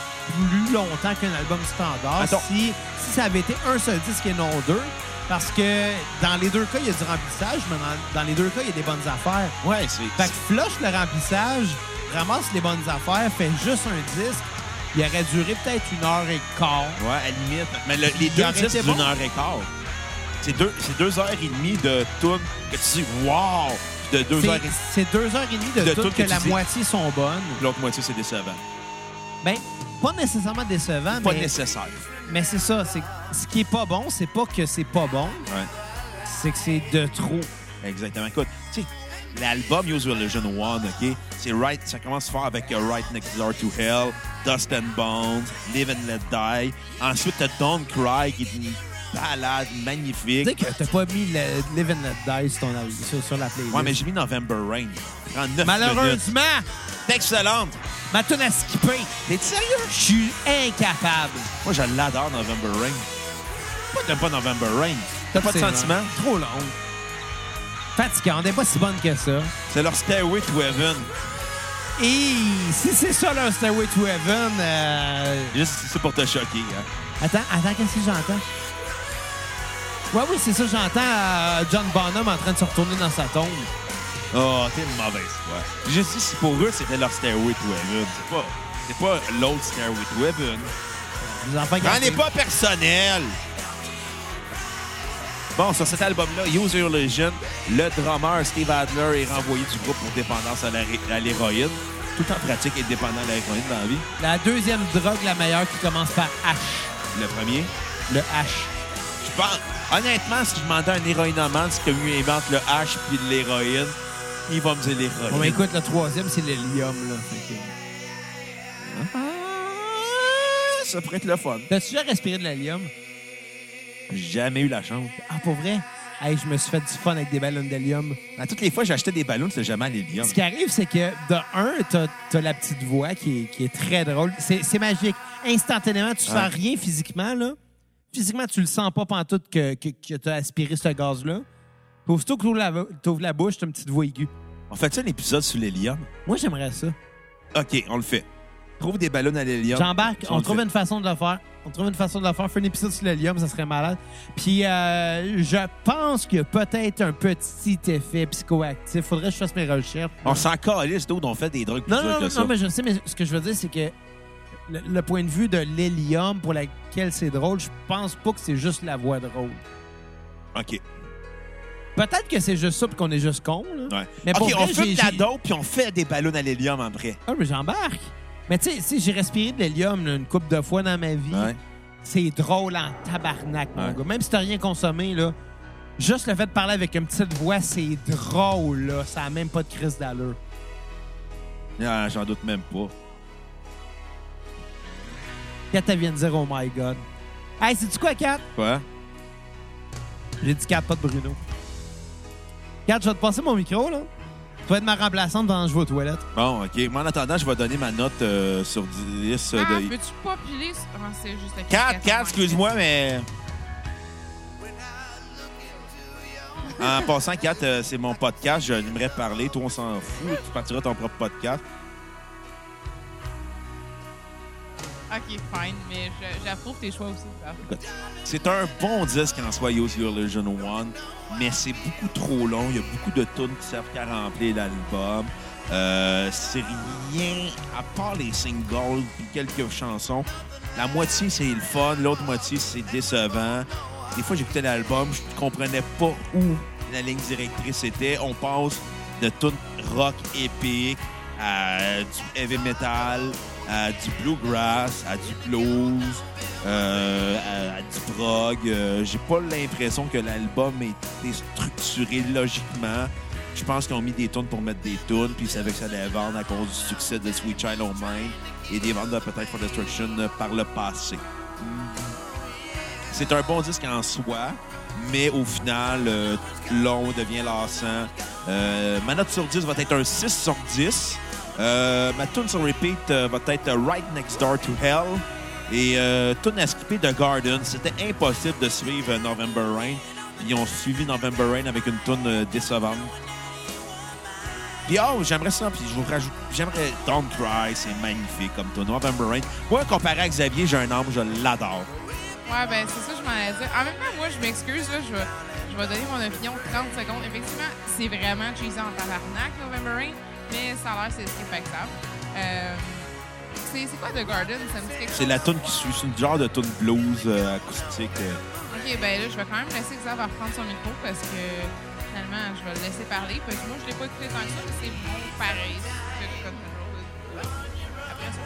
Speaker 2: plus longtemps qu'un album standard
Speaker 1: Attends.
Speaker 2: si, si ça avait été un seul disque et non deux. Parce que dans les deux cas, il y a du remplissage, mais dans, dans les deux cas, il y a des bonnes affaires.
Speaker 1: Ouais, c'est.
Speaker 2: Fait que flush le remplissage, ramasse les bonnes affaires, fait juste un disque. Il aurait duré peut-être une heure et quart.
Speaker 1: ouais, à la limite. Mais le- les
Speaker 2: Il
Speaker 1: deux
Speaker 2: aurait
Speaker 1: disques,
Speaker 2: été
Speaker 1: c'est
Speaker 2: bon.
Speaker 1: une heure et quart. C'est deux, c'est deux heures et demie de tunes que tu dis, wow! De deux
Speaker 2: C'est-
Speaker 1: heures et demie.
Speaker 2: C'est deux heures et demie de,
Speaker 1: De
Speaker 2: tout,
Speaker 1: tout
Speaker 2: que,
Speaker 1: que tu
Speaker 2: la
Speaker 1: dis.
Speaker 2: moitié sont bonnes.
Speaker 1: L'autre moitié, c'est décevant.
Speaker 2: Ben, pas nécessairement décevant,
Speaker 1: Pas
Speaker 2: Ah, mais,
Speaker 1: nécessaire.
Speaker 2: mais c'est ça. c'est- Ce qui est pas bon, c'est pas que c'est pas bon,
Speaker 1: Ouais,
Speaker 2: c'est que c'est de trop.
Speaker 1: exactement. Écoute, tu sais, l'album Use Your Religion 1, OK? C'est right, ça commence fort avec euh, Right Next Door to Hell, Dust and Bones, Live and Let Die. Ensuite, t'as Don't Cry, qui est une balade magnifique.
Speaker 2: Tu sais que t'as pas mis le Live and Let Die sur, ton- sur- sur la playlist.
Speaker 1: Ouais, mais j'ai mis November Rain. 39 minutes.
Speaker 2: Malheureusement,
Speaker 1: C'est excellente.
Speaker 2: ma tune a skippé.
Speaker 1: T'es sérieux?
Speaker 2: Je suis incapable.
Speaker 1: Moi, je l'adore, November Rain. Pourquoi t'aimes pas November Rain? T'as pas de
Speaker 2: C'est
Speaker 1: sentiment?
Speaker 2: long. Trop long. Fatigant, on n'est pas si bonne que ça.
Speaker 1: C'est leur Stairway to Heaven.
Speaker 2: Et si c'est ça leur Stairway to Heaven, euh,
Speaker 1: Juste, c'est pour te choquer. hein.
Speaker 2: Attends, attends, qu'est-ce que j'entends? Ouais, oui, c'est ça, j'entends euh, John Bonham en train de se retourner dans sa tombe.
Speaker 1: Oh, t'es une mauvaise foi. Je dis, si pour eux, c'était leur Stairway to Heaven. C'est pas, c'est pas l'autre Stairway to Heaven.
Speaker 2: Les enfants qui
Speaker 1: J'en ai pas personnel. Bon, sur cet album-là, Use Your Legion, le drummer Steve Adler est renvoyé du groupe pour dépendance à la- à l'héroïne. Tout en pratique, être dépendant à l'héroïne dans la vie.
Speaker 2: La deuxième drogue, la meilleure, qui commence par H.
Speaker 1: Le premier.
Speaker 2: Le H.
Speaker 1: Je pense, honnêtement, si je demandais à un héroïnomane ce que lui invente le H puis l'héroïne, il va me dire l'héroïne.
Speaker 2: Bon, ben, écoute, le troisième, c'est l'hélium, là. Fait que-
Speaker 1: Ah, ça pourrait être le fun.
Speaker 2: T'as-tu déjà respiré de l'hélium?
Speaker 1: J'ai jamais eu la chance.
Speaker 2: Ah, pour vrai? Hey, je me suis fait du fun avec des ballons d'hélium.
Speaker 1: À toutes les fois, j'achetais des ballons, c'était jamais à l'hélium.
Speaker 2: Ce qui arrive, c'est que, de un, t'as as la petite voix qui est, qui est très drôle. C'est c'est magique. Instantanément, tu
Speaker 1: Ouais.
Speaker 2: sens rien physiquement, là. Physiquement, tu le sens pas pantoute que, que, que t'as aspiré ce gaz-là. Puis Aussitôt que t'ouvres la, t'ouvres la bouche, t'as une petite voix aiguë.
Speaker 1: On fait-tu un épisode sur l'hélium?
Speaker 2: Moi, j'aimerais ça.
Speaker 1: OK, on le fait. Trouve des ballons à l'hélium.
Speaker 2: J'embarque.
Speaker 1: le
Speaker 2: On trouve
Speaker 1: fait.
Speaker 2: une façon de le faire. On trouve une façon de le faire. Faire un épisode sur l'hélium, ça serait malade. Puis euh, je pense qu'il y a peut-être un petit effet psychoactif. Faudrait que je fasse mes recherches.
Speaker 1: On s'en calisse, d'autres, on fait des trucs plus
Speaker 2: Non,
Speaker 1: durs
Speaker 2: non,
Speaker 1: Ah, que
Speaker 2: non,
Speaker 1: ça.
Speaker 2: non, mais je sais, mais ce que je veux dire, c'est que le, le point de vue de l'hélium pour laquelle c'est drôle, je pense pas que c'est juste la voix drôle.
Speaker 1: OK.
Speaker 2: Peut-être que c'est juste ça puis qu'on est juste con. Là.
Speaker 1: Ouais.
Speaker 2: Mais pour
Speaker 1: OK, on
Speaker 2: vrai,
Speaker 1: fume
Speaker 2: j'ai-
Speaker 1: de la
Speaker 2: j'ai-
Speaker 1: dope, puis on fait des ballons à l'hélium après.
Speaker 2: Ah, mais j'embarque. Mais tu sais, si j'ai respiré de l'hélium là, une couple de fois dans ma vie. C'est drôle en tabarnak, mon
Speaker 1: Ouais.
Speaker 2: gars. Même si t'as rien consommé, là, juste le fait de parler avec une petite voix, c'est drôle, là. Ça a même pas de crise d'allure.
Speaker 1: Ah, J'en doute même pas.
Speaker 2: Kat, elle vient de dire « Oh my God ». Hey, c'est tu quoi, Kat?
Speaker 1: Quoi?
Speaker 2: J'ai dit Kat, pas de Bruno. Kat, je vais te passer mon micro, là. Tu vas être ma remplaçante pendant que je vais aux toilettes.
Speaker 1: Bon, OK. Moi, en attendant, je vais donner ma note euh, sur 10
Speaker 4: Ah,
Speaker 1: de...
Speaker 4: peux-tu pas piler? sur- Ah, c'est juste la
Speaker 1: 4,
Speaker 4: application.
Speaker 1: 4, excuse-moi, mais... En passant, 4, c'est mon podcast. Je n'aimerais parler. Toi, on s'en fout. Tu partiras ton propre podcast.
Speaker 4: Ok, fine, mais je- j'approuve tes choix aussi. parfait.
Speaker 1: C'est un bon disque en soi, Use Your Illusion One, mais c'est beaucoup trop long. Il y a beaucoup de tunes qui servent qu'à remplir l'album. Euh, c'est rien, à part les singles et quelques chansons. La moitié, c'est le fun. L'autre moitié, c'est décevant. Des fois, j'écoutais l'album, je comprenais pas où la ligne directrice était. On passe de tunes rock épique à du heavy metal, à du bluegrass, à du blues, euh, à, à du prog. Euh, J'ai pas l'impression que l'album ait été structuré logiquement. Je pense qu'ils ont mis des tunes pour mettre des tunes, puis ils savaient que ça allait vendre à cause du succès de Sweet Child O' Mine et des ventes de peut-être For Destruction euh, par le passé. C'est un bon disque en soi, mais au final, euh, long devient lassant. Euh, ma note sur 10 va être un 6 sur 10. Euh, ma tune sur repeat euh, va être euh, Right Next Door to Hell. Et euh, tune à skipper de Garden. C'était impossible de suivre euh, November Rain. Ils ont suivi November Rain avec une tune euh, décevante. Puis, oh, j'aimerais ça. Puis, je vous rajoute. J'aimerais Don't Cry. C'est magnifique comme tune. November Rain. Moi, comparé à Xavier, j'ai un âme. Je l'adore.
Speaker 4: Ouais, ben c'est ça, que je m'en allais dire. En même temps, moi, je m'excuse, là, je vais, je vais donner mon opinion 30 secondes. Effectivement, c'est vraiment cheesy en tabarnak, November Rain, mais ça a l'air, c'est respectable. Euh, c'est c'est quoi The Garden? Ça me dit quelque
Speaker 1: C'est la
Speaker 4: chose?
Speaker 1: tune qui suit. C'est une genre de tune blues euh, acoustique. euh.
Speaker 4: Ok, ben là, je vais quand même laisser Xav reprendre son micro parce que finalement, je vais le laisser parler. Parce que moi, je l'ai pas écouté tant que ça, mais c'est bon pareil. que The Guns N' Roses. Après ça, on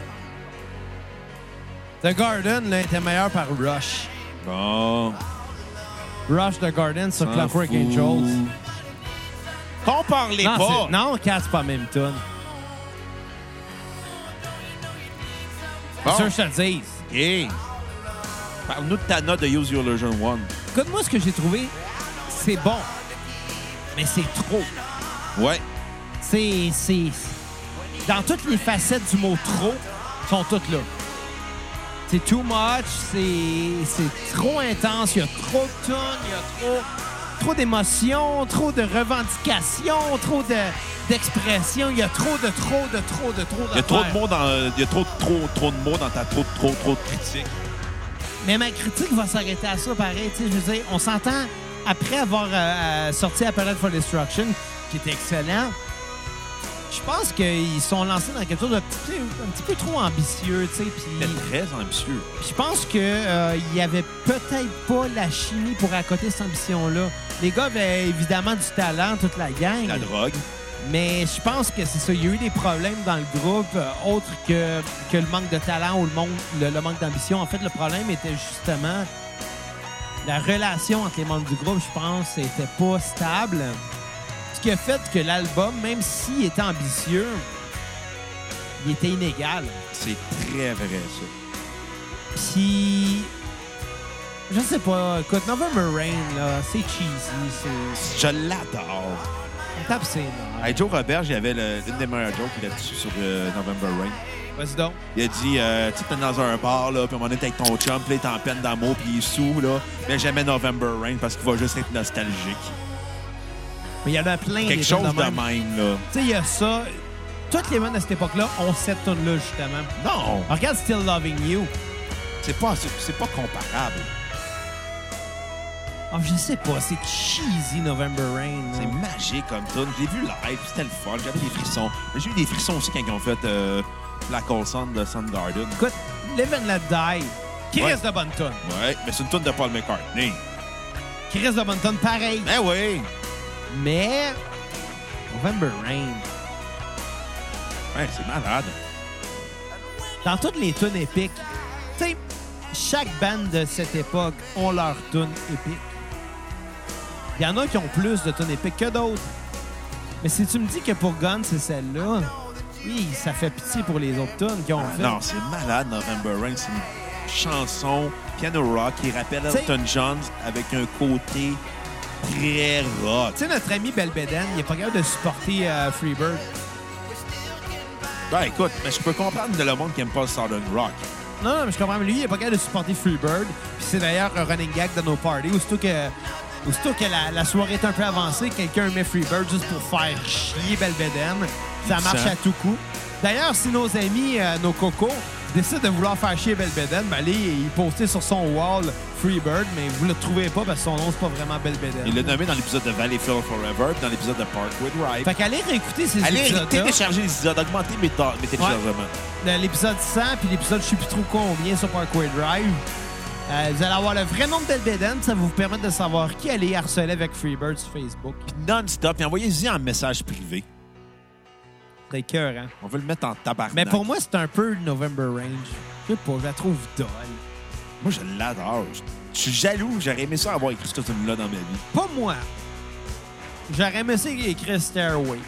Speaker 2: The Garden, là, était meilleur par Rush.
Speaker 1: Bon.
Speaker 2: Rush The Garden sur
Speaker 1: T'en
Speaker 2: Clockwork
Speaker 1: fous.
Speaker 2: Angels.
Speaker 1: Qu'on parlait
Speaker 2: Non,
Speaker 1: pas.
Speaker 2: c'est- non, Kat, c'est pas la même tune.
Speaker 1: Bon.
Speaker 2: Sûr que je te le dise.
Speaker 1: OK. Parle-nous de ta note de Use Your Illusion One.
Speaker 2: Écoute-moi ce que j'ai trouvé. C'est bon, mais c'est trop.
Speaker 1: Ouais.
Speaker 2: C'est. c'est- Dans toutes les facettes du mot trop, sont toutes là. C'est too much, c'est c'est trop intense, il y a trop de tonnes, il y a trop. trop d'émotions, trop de revendications, trop de- d'expressions. Il y a trop de trop de trop de trop
Speaker 1: Il y a trop de
Speaker 2: d'affaires.
Speaker 1: mots dans, il y a trop, de- trop, trop de mots dans ta trop, de- trop, trop de critique.
Speaker 2: Mais ma critique va s'arrêter à ça, pareil. Tu sais, je veux dire, on s'entend, après avoir euh, euh, sorti Appellate for Destruction, qui était excellent, je pense qu'ils sont lancés dans quelque chose d'un petit, peu- un petit peu trop ambitieux, tu sais.
Speaker 1: Il
Speaker 2: puis-
Speaker 1: est très ambitieux.
Speaker 2: puis je pense que euh, il y avait peut-être pas la chimie pour accoter cette ambition-là. Les gars avaient évidemment du talent, toute la gang.
Speaker 1: La drogue.
Speaker 2: Mais je pense que c'est ça. Il y a eu des problèmes dans le groupe, euh, autres que, que le manque de talent ou le, manque- le- le manque d'ambition. En fait, le problème était justement la relation entre les membres du groupe, je pense, était pas stable. Ce qui a fait que l'album, même s'il était ambitieux, il était inégal.
Speaker 1: C'est très vrai, ça.
Speaker 2: Puis. Je sais pas, écoute, November Rain, là, c'est cheesy, c'est.
Speaker 1: Je l'adore.
Speaker 2: On tape ses nerfs.
Speaker 1: Hey, Joe Robert, j'avais l'une des meilleures jokes là-dessus sur euh, November Rain.
Speaker 2: Vas-y donc.
Speaker 1: Il a dit, euh, tu sais, t'es dans un bar, là, puis à un moment donné, t'es avec ton chum, puis là, il est en peine d'amour, puis il est sous, là. Mais jamais November Rain parce qu'il va juste être nostalgique.
Speaker 2: Mais il y en a plein des
Speaker 1: Quelque chose
Speaker 2: tunes
Speaker 1: de même, là.
Speaker 2: Tu sais, il y a ça. Toutes les bandes à cette époque-là ont cette tune-là, justement.
Speaker 1: Non,
Speaker 2: Alors, regarde Still Loving You.
Speaker 1: c'est pas, c'est- c'est pas comparable.
Speaker 2: Ah, je sais pas, c'est cheesy November Rain. là.
Speaker 1: C'est magique comme ça. Je l'ai vu live, puis c'était le fun, j'avais des frissons. Mais J'ai eu des frissons aussi quand ils ont fait euh, Black Hole Sun de Sun Garden.
Speaker 2: Écoute, Live and Let Die. Chris
Speaker 1: Ouais.
Speaker 2: de bonne tune.
Speaker 1: Ouais, mais c'est une tune de Paul McCartney.
Speaker 2: Chris de bonne tune, pareil.
Speaker 1: Ben oui!
Speaker 2: Mais. November Rain.
Speaker 1: Ouais, c'est malade.
Speaker 2: dans toutes les tunes épiques, tu sais, chaque band de cette époque ont leur tune épique. Il y en a qui ont plus de tunes épiques que d'autres. Mais si tu me dis que pour Gun, c'est celle-là, oui, ça fait pitié pour les autres tunes qui ont
Speaker 1: Ah
Speaker 2: fait.
Speaker 1: non, c'est malade, November Rain. C'est une chanson piano rock qui rappelle
Speaker 2: T'sais-
Speaker 1: Elton John avec un côté très rock.
Speaker 2: Tu sais, notre ami Belbeden, il est pas capable de supporter euh, Freebird.
Speaker 1: Ben écoute, mais je peux comprendre de le monde qui aime pas le Southern Rock.
Speaker 2: Non, non, mais je comprends. mais Lui, il est pas capable de supporter Freebird. Puis c'est d'ailleurs un running gag de nos parties. Aussitôt que, aussitôt que la, la soirée est un peu avancée, quelqu'un met Freebird juste pour faire chier Belvedere. Ça marche
Speaker 1: Ça.
Speaker 2: à tout coup. D'ailleurs, si nos amis, euh, nos cocos, décident de vouloir faire chier Belvedere, ben allez y poster sur son wall Freebird, mais vous le trouvez pas parce que son nom, c'est pas vraiment Belvedere.
Speaker 1: Il l'a nommé dans l'épisode de Valleyfield Forever puis dans l'épisode de Parkwood Ride.
Speaker 2: Fait qu'allez réécouter ces
Speaker 1: Allez
Speaker 2: épisodes-là.
Speaker 1: télécharger les épisodes, augmenter mes, ta- mes téléchargements.
Speaker 2: de l'épisode 100 puis l'épisode je sais plus trop combien sur Parkway Drive. Euh, vous allez avoir le vrai nombre d'Elbeden, ça va vous permettre de savoir qui allait harceler avec Freebird sur Facebook.
Speaker 1: Non-stop, puis envoyez-y en message privé.
Speaker 2: C'est cœur, hein?
Speaker 1: On veut le mettre en tabarnak.
Speaker 2: Mais pour moi, c'est un peu November Range. Je sais pas, je la trouve dolle.
Speaker 1: moi je l'adore. Je- Je suis jaloux. J'aurais aimé ça avoir écrit ce film-là dans ma vie.
Speaker 2: Pas moi. J'aurais aimé ça écrire Stairway.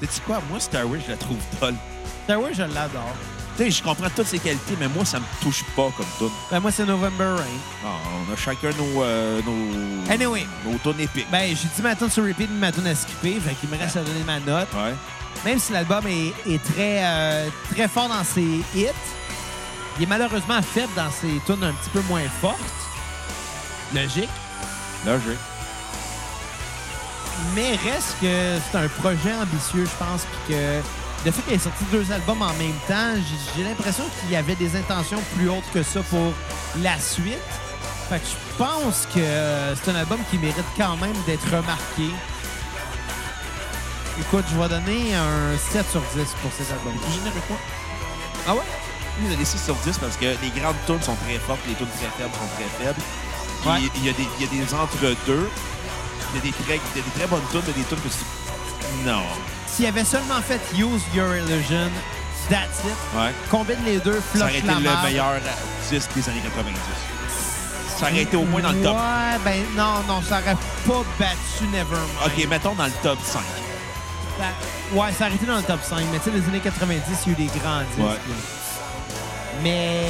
Speaker 1: Tu sais quoi? Moi, Starway, je la trouve folle.
Speaker 2: Stairway, je l'adore.
Speaker 1: Tu sais, je comprends toutes ses qualités, mais moi, ça me touche pas comme tout.
Speaker 2: Ben, moi, c'est November Rain.
Speaker 1: on a chacun nos... euh, nos...
Speaker 2: Anyway.
Speaker 1: Nos tonnes épiques.
Speaker 2: Ben, j'ai dit ma tune sur repeat mais ma tune à skipper, fait qu'il me reste à donner ma note.
Speaker 1: ouais.
Speaker 2: même si l'album est, est très, euh, très fort dans ses hits, il est malheureusement faible dans ses tunes un petit peu moins fortes. Logique.
Speaker 1: Là, j'ai...
Speaker 2: Mais reste que c'est un projet ambitieux, je pense, puis que le fait qu'il ait sorti deux albums en même temps, j- j'ai l'impression qu'il y avait des intentions plus hautes que ça pour la suite. Fait que je pense que euh, c'est un album qui mérite quand même d'être remarqué. Écoute, je vais donner un 7 sur 10 pour cet album.
Speaker 1: généreux quoi?
Speaker 2: Ah ouais?
Speaker 1: Vous avez 6 sur 10 parce que les grandes tunes sont très fortes, les tunes très faibles sont très faibles. Puis
Speaker 2: Ouais.
Speaker 1: Il y a des, il y a des entre-deux. Il y a des très, il y a des très bonnes tunes, il y a des tunes que tu... Non.
Speaker 2: S'il avait seulement fait Use Your Illusion, that's it.
Speaker 1: Ouais.
Speaker 2: Combine les deux,
Speaker 1: Ça aurait
Speaker 2: flush
Speaker 1: été
Speaker 2: la marde.
Speaker 1: le meilleur disque des années 90. Ça aurait été au moins dans le top.
Speaker 2: Mmh. Ouais, ben non, non, ça aurait pas battu Nevermind.
Speaker 1: OK, mettons dans le top 5.
Speaker 2: Ça- ouais, ça aurait été dans le top 5, mais tu sais, les années 90, il y a eu des grands disques.
Speaker 1: Ouais.
Speaker 2: là. Mais.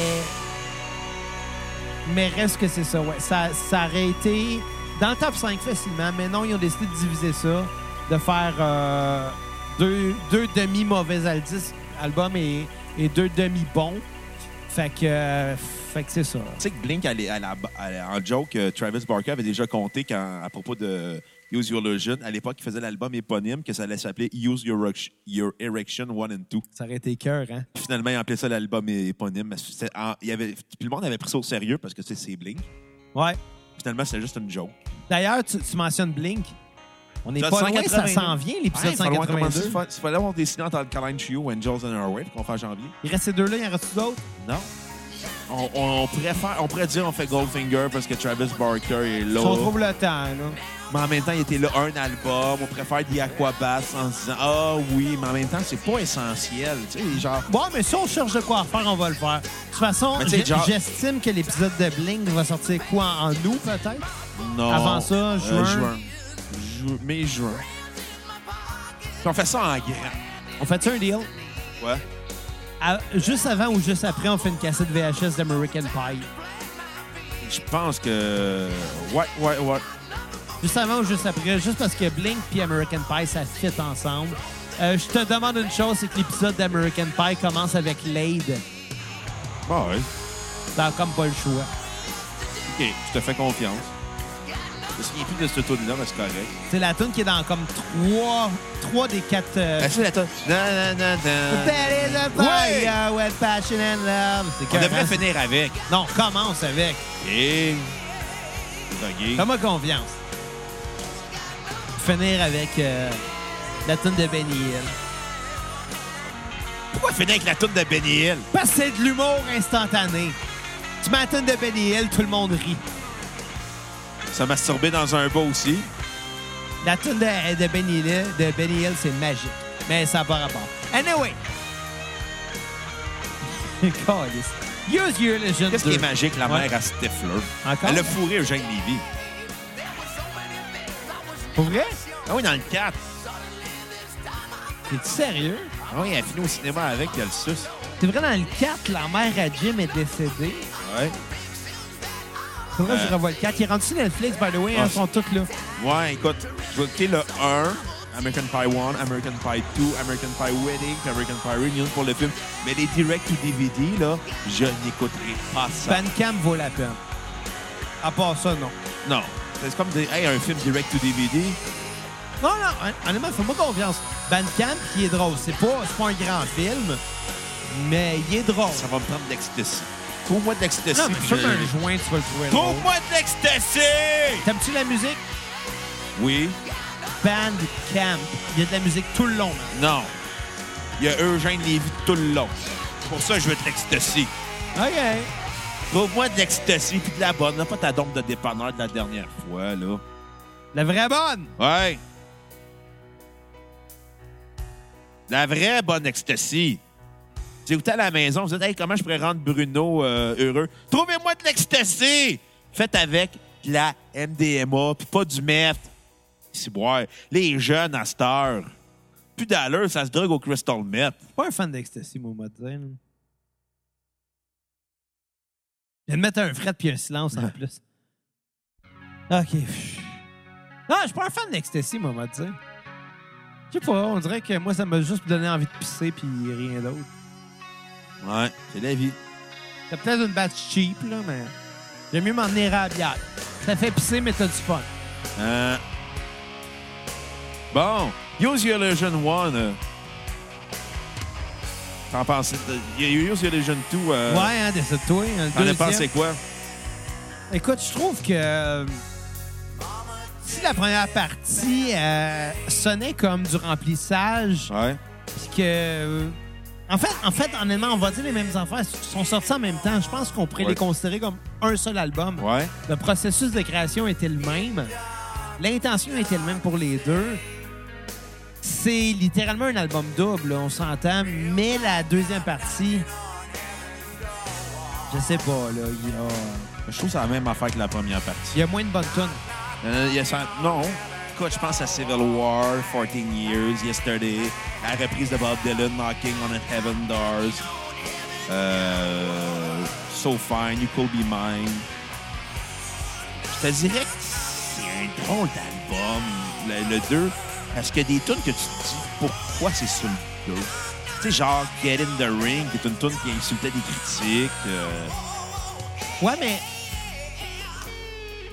Speaker 2: Mais reste que c'est ça, ouais. Ça, ça aurait été dans le top 5 facilement, mais non, ils ont décidé de diviser ça, de faire euh, deux, deux demi-mauvais al- disques- albums et, et deux demi-bons. Fait que. euh, Fait que c'est ça.
Speaker 1: Tu sais que Blink, elle est- elle a- elle a- en joke, euh, Travis Barker avait déjà compté quand, à propos de Use Your Illusion, à l'époque, il faisait l'album éponyme, que ça allait s'appeler Use Your, Erection- Your Erection 1 and 2.
Speaker 2: Ça aurait été cœur, hein?
Speaker 1: Puis finalement, il appelait ça l'album éponyme. mais c'était en- il y avait, puis le monde avait pris ça au sérieux parce que tu sais, c'est Blink.
Speaker 2: Ouais.
Speaker 1: Finalement, c'était juste une joke. Ah,
Speaker 2: D'ailleurs, tu, tu mentionnes Blink. On n'est
Speaker 1: Ça,
Speaker 2: pas loin, ça
Speaker 1: 182.
Speaker 2: s'en vient, l'épisode
Speaker 1: il fallait avoir
Speaker 2: 182.
Speaker 1: commencé- il fallait avoir décidé entre Alkaline Trio, Angels and Our Wave qu'on fait en janvier.
Speaker 2: Il reste ces deux-là, il y en reste d'autres?
Speaker 1: Non. On, on- on pourrait faire- on pourrait dire on fait Goldfinger parce que Travis Barker est là.
Speaker 2: Si on trouve le temps, là.
Speaker 1: Mais en même temps, il était là un album. On préfère des Aquabats en se disant Ah oui, mais en même temps, c'est pas essentiel. Tu sais, genre.
Speaker 2: Bon, mais si on cherche de quoi faire, on va le faire. De toute façon,
Speaker 1: Mais tu sais,
Speaker 2: j'ai-
Speaker 1: genre-
Speaker 2: j'estime que l'épisode de Blink va sortir quoi en, en août, peut-être?
Speaker 1: Non.
Speaker 2: Avant ça,
Speaker 1: Euh,
Speaker 2: juin.
Speaker 1: juin. Ju- mai, juin. Puis on fait ça en grand.
Speaker 2: On fait un deal?
Speaker 1: Ouais.
Speaker 2: À- juste avant ou juste après, on fait une cassette VHS d'American Pie.
Speaker 1: Je pense que. Ouais, ouais, ouais.
Speaker 2: Juste avant ou juste après, juste parce que Blink puis American Pie, ça fit ensemble. Euh, je te demande une chose, c'est que l'épisode d'American Pie commence avec Lade.
Speaker 1: Bah ouais.
Speaker 2: T'as comme pas le choix.
Speaker 1: OK, je te fais confiance. Je me souviens plus de ce tour-là, mais c'est correct.
Speaker 2: C'est la tune qui est dans comme trois, trois des quatre. euh,
Speaker 1: Est-ce que la tonne? Non, non, non, non.
Speaker 2: That is a fire with passion and love. C'est
Speaker 1: On
Speaker 2: que-
Speaker 1: devrait finir avec. Eh.
Speaker 2: Non, commence avec.
Speaker 1: Et. Drogué.
Speaker 2: Fais-moi confiance. Finir avec euh, la tune de Benny Hill.
Speaker 1: Pourquoi finir avec la toune de Benny Hill?
Speaker 2: Parce que c'est de l'humour instantané. Tu mets la tune de Benny Hill, tout le monde rit.
Speaker 1: Ça masturbait dans un bas aussi.
Speaker 2: La tune de, de Benny Hill, de Benny Hill, c'est magique. Mais ça n'a pas rapport. Anyway. Calisse. Use your legend.
Speaker 1: Qu'est-ce qui est
Speaker 2: 2.
Speaker 1: magique, la
Speaker 2: Ouais.
Speaker 1: mère à Stifler?
Speaker 2: Encore?
Speaker 1: Elle a fourré Eugène Lévy.
Speaker 2: Pour vrai?
Speaker 1: Ah oui, dans le 4.
Speaker 2: T'es-tu sérieux?
Speaker 1: Ah oui, elle a fini au cinéma avec, puis elle suce.
Speaker 2: C'est vrai, dans le 4, la mère à Jim est décédée.
Speaker 1: Ouais.
Speaker 2: C'est vrai,
Speaker 1: Euh.
Speaker 2: je revois le 4. Il est rendu sur Netflix, by the way. hein,
Speaker 1: Ah.
Speaker 2: Ils sont tous là.
Speaker 1: Ouais, écoute, je vais écouter le 1, American Pie 1, American Pie 2, American Pie Wedding, puis American Pie Reunion pour le film. Mais les direct to DVD, là, je n'écouterai pas ça.
Speaker 2: Bandcamp vaut la peine. À part ça, non.
Speaker 1: Non. C'est comme des, hey, un film direct to DVD.
Speaker 2: Non, non, hon- honnêtement, fais-moi confiance. Bandcamp, il est drôle. C'est pas, c'est pas un grand film, mais il est drôle.
Speaker 1: Ça va me prendre de l'ecstasy. Trouve-moi de l'ecstasy.
Speaker 2: Non, mais
Speaker 1: puis
Speaker 2: comme
Speaker 1: je-
Speaker 2: un joint, tu vas le trouver drôle.
Speaker 1: Trouve-moi de l'ecstasy!
Speaker 2: T'aimes-tu la musique?
Speaker 1: Oui.
Speaker 2: Bandcamp. Il y a de la musique tout le long. man.
Speaker 1: Non. Il y a Eugène Lévy tout le long. Pour ça, je veux de l'ecstasy.
Speaker 2: OK.
Speaker 1: Trouve-moi de l'ecstasy puis de la bonne. Là, pas ta dompe de dépanneur de la dernière fois, là.
Speaker 2: La vraie bonne.
Speaker 1: Ouais. La vraie bonne ecstasy. J'ai écouté à la maison, vous dites, hey, comment je pourrais rendre Bruno euh, heureux? Trouvez-moi de l'ecstasy! Faites avec de la MDMA, puis pas du meth. C'est boire. Les jeunes à cette heure. Plus d'allure, ça se drogue au crystal meth.
Speaker 2: Pas un fan d'ecstasy, moi, moi, dire. là. Je viens de mettre un fret puis un silence en plus. OK. Non, je suis pas un fan d'ecstasy, moi, moi, dire. Je sais pas, on dirait que moi, ça m'a juste donné envie de pisser puis rien d'autre.
Speaker 1: Ouais, c'est la vie.
Speaker 2: C'est peut-être une batch cheap, là, mais j'aime mieux m'en tenir à la bière. Ça fait pisser, mais t'as du fun.
Speaker 1: Hein? Bon, Use Your Legion 1. euh. T'en penses. Il y a eu Use Your Legion 2. euh,
Speaker 2: ouais, hein, décide-toi. hein, le
Speaker 1: T'en as
Speaker 2: deuxième.
Speaker 1: pensé quoi?
Speaker 2: Écoute, je trouve que euh, si la première partie euh, sonnait comme du remplissage,
Speaker 1: Ouais.
Speaker 2: puis que. euh, en fait, en fait, honnêtement, on va dire les mêmes affaires. Ils sont sortis en même temps. Je pense qu'on pourrait
Speaker 1: Ouais.
Speaker 2: les considérer comme un seul album.
Speaker 1: Ouais.
Speaker 2: Le processus de création était le même. L'intention était le même pour les deux. C'est littéralement un album double, on s'entend, mais la deuxième partie, je sais pas, là, il y a,
Speaker 1: Je trouve que c'est la même affaire que la première
Speaker 2: il
Speaker 1: partie.
Speaker 2: y a moins de bonnes tunes.
Speaker 1: Euh, il y a ça- Non. Écoute, je pense à Civil War, 14 Years, Yesterday, la reprise de Bob Dylan, Knocking on a Heaven Doors, euh, So Fine, You Could Be Mine. Je te dirais que c'est un drôle d'album, le, 2, parce qu'il y a des tunes que tu te dis pourquoi c'est sur le 2. Tu sais, genre Get in the Ring, qui est une tune qui insultait des critiques. euh,
Speaker 2: Ouais, mais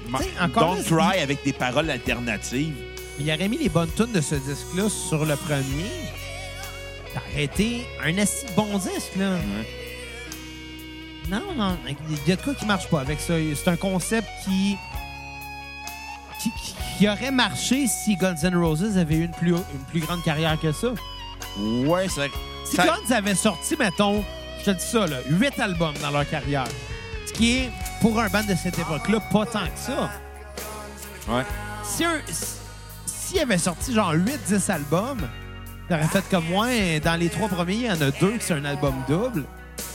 Speaker 1: Ma-
Speaker 2: Tu sais, encore
Speaker 1: Don't
Speaker 2: là,
Speaker 1: Cry avec des paroles alternatives.
Speaker 2: il aurait mis les bonnes tunes de ce disque-là sur le premier. Ça aurait été un assez bon disque, là. Non, non, il y a de quoi qui marche pas avec ça. C'est un concept qui, qui, qui- qui aurait marché si Guns N' Roses avait eu une plus, une plus grande carrière que ça.
Speaker 1: Ouais, c'est
Speaker 2: Si
Speaker 1: ça-
Speaker 2: Guns avait sorti, mettons, je te dis ça, là, 8 albums dans leur carrière, ce qui est, pour un band de cette époque-là, pas tant que ça.
Speaker 1: Ouais.
Speaker 2: Si un- si- S'il avait sorti genre 8-10 albums, t'aurais fait comme moi, dans les trois premiers, il y en a deux qui c'est un album double.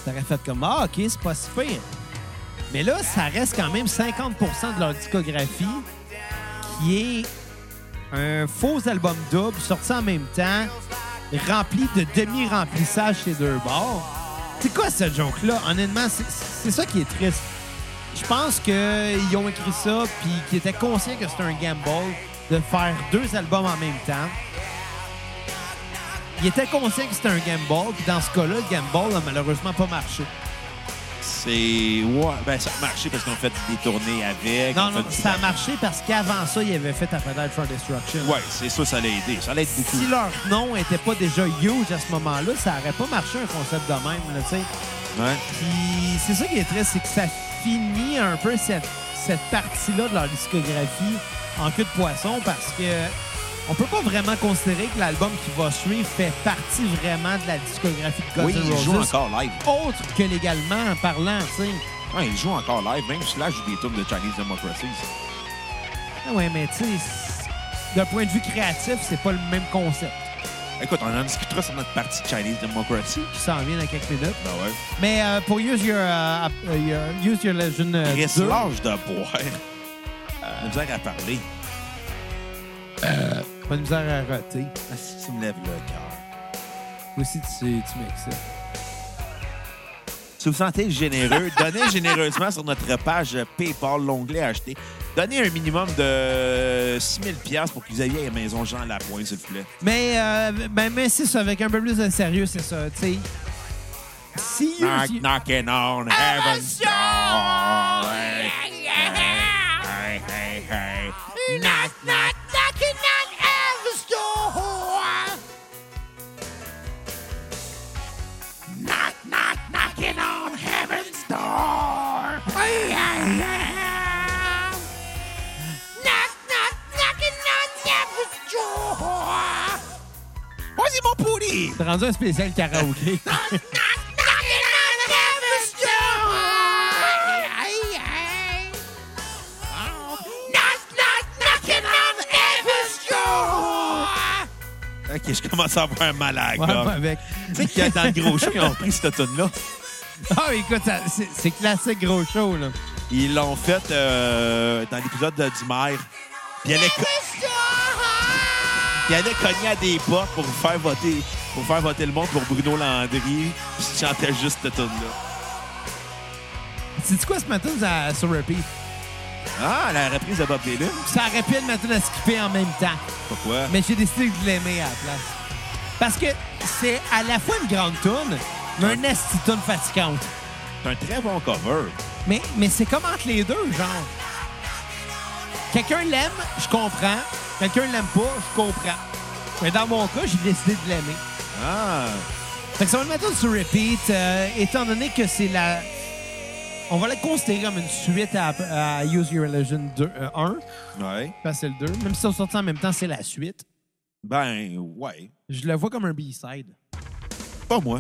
Speaker 2: T'aurais fait comme, ah, OK, c'est pas si pire. Mais là, ça reste quand même 50 de leur discographie qui est un faux album double sorti en même temps, rempli de demi-remplissage chez deux bords. C'est quoi cette joke-là? Honnêtement, c'est- c'est ça qui est triste. Je pense qu'ils ont écrit ça puis qu'ils étaient conscients que c'était un gamble de faire deux albums en même temps. Ils étaient conscients que c'était un gamble, puis dans ce cas-là, le gamble a malheureusement pas marché.
Speaker 1: C'est. Ouais, ben ça a marché parce qu'on fait des tournées avec.
Speaker 2: Non,
Speaker 1: on fait
Speaker 2: non,
Speaker 1: du-
Speaker 2: ça a marché parce qu'avant ça, ils avaient fait Appetite for Destruction.
Speaker 1: Ouais, c'est ça, ça l'a aidé. Ça l'a aidé beaucoup.
Speaker 2: Si leur nom était pas déjà huge à ce moment-là, ça aurait pas marché un concept de même, là, tu sais.
Speaker 1: Ouais.
Speaker 2: Puis c'est ça qui est triste, c'est que ça finit un peu cette, cette partie-là de leur discographie en queue de poisson parce que on peut pas vraiment considérer que l'album qui va suivre fait partie vraiment de la discographie de Guns
Speaker 1: Oui,
Speaker 2: N'
Speaker 1: il joue
Speaker 2: Roses,
Speaker 1: encore live.
Speaker 2: autre que légalement en parlant, tu sais.
Speaker 1: Ouais, il joue encore live, même si là, je joue des tours de Chinese Democracy.
Speaker 2: Ah ouais, mais tu sais, c'est- d'un point de vue créatif, c'est pas le même concept
Speaker 1: Écoute, on en discutera sur notre partie Chinese Democracy.
Speaker 2: qui s'en vient dans quelques minutes.
Speaker 1: Ben ouais.
Speaker 2: Mais euh, pour Use Your, euh, app- euh, your- Use your Legend euh,
Speaker 1: Chris,
Speaker 2: 2,
Speaker 1: lâche de boire. J'ai de misère à parler.
Speaker 2: pas de misère à roter.
Speaker 1: Ah, Si tu me lèves le cœur.
Speaker 2: Aussi, tu, tu mets ça.
Speaker 1: Si vous sentez généreux, donnez généreusement sur notre page PayPal, l'onglet acheter. Donnez un minimum de 6000 pièces pour que vous ayez à la maison Jean Lapointe, s'il vous plaît.
Speaker 2: Mais, euh, ben, mais c'est ça, avec un peu plus de sérieux, c'est ça. Tu sais, si Use
Speaker 1: Knock,
Speaker 2: Your-
Speaker 1: knocking on
Speaker 2: Ah,
Speaker 1: heaven's door. Hey,
Speaker 3: Yeah.
Speaker 1: hey, hey, hey.
Speaker 3: Knock, knock, knocking on heaven's door. Knock, knock, knocking on heaven's door. Yeah. Knock, knock, knocking on heaven's door.
Speaker 1: Vas-y, mon pourri!
Speaker 2: T'as rendu un spécial karaoké.
Speaker 3: Knock, knocking on heaven's door. Knock, knock, knocking on heaven's door.
Speaker 1: Ok, je commence à avoir mal à la
Speaker 2: Ouais,
Speaker 1: gorge.
Speaker 2: avec.
Speaker 1: Tu sais qu'il y a dans le gros show, ils ont pris cette tune-là.
Speaker 2: Ah, écoute, ça- c'est c'est classique gros show, là.
Speaker 1: Ils l'ont fait euh, dans l'épisode de- du maire. Puis elle, est co- puis elle allait cogner à des portes pour faire voter pour faire voter le monde pour Bruno Landry. Puis ils chantaient juste cette tune-là.
Speaker 2: C'est quoi ce matin ça- sur repeat?
Speaker 1: Ah, la reprise de Bob Dylan.
Speaker 2: Ça aurait pu être matin à skipper en même temps,
Speaker 1: Pourquoi?
Speaker 2: mais j'ai décidé de l'aimer à la place. Parce que c'est à la fois une grande tourne, mais une esti tourne fatigante.
Speaker 1: C'est un très bon cover.
Speaker 2: Mais, mais c'est comme entre les deux, genre. Quelqu'un l'aime, je comprends. Quelqu'un l'aime pas, je comprends. Mais dans mon cas, j'ai décidé de l'aimer.
Speaker 1: Ah,
Speaker 2: Fait que ça va le mettre sur repeat, euh, étant donné que c'est la... On va la considérer comme une suite à, à Use Your Religion 2, euh, 1,
Speaker 1: ouais.
Speaker 2: parce que Ben, c'est le 2. Même si on sorti en même temps, c'est la suite.
Speaker 1: Ben, ouais.
Speaker 2: Je le vois comme un B-side.
Speaker 1: Pas moi.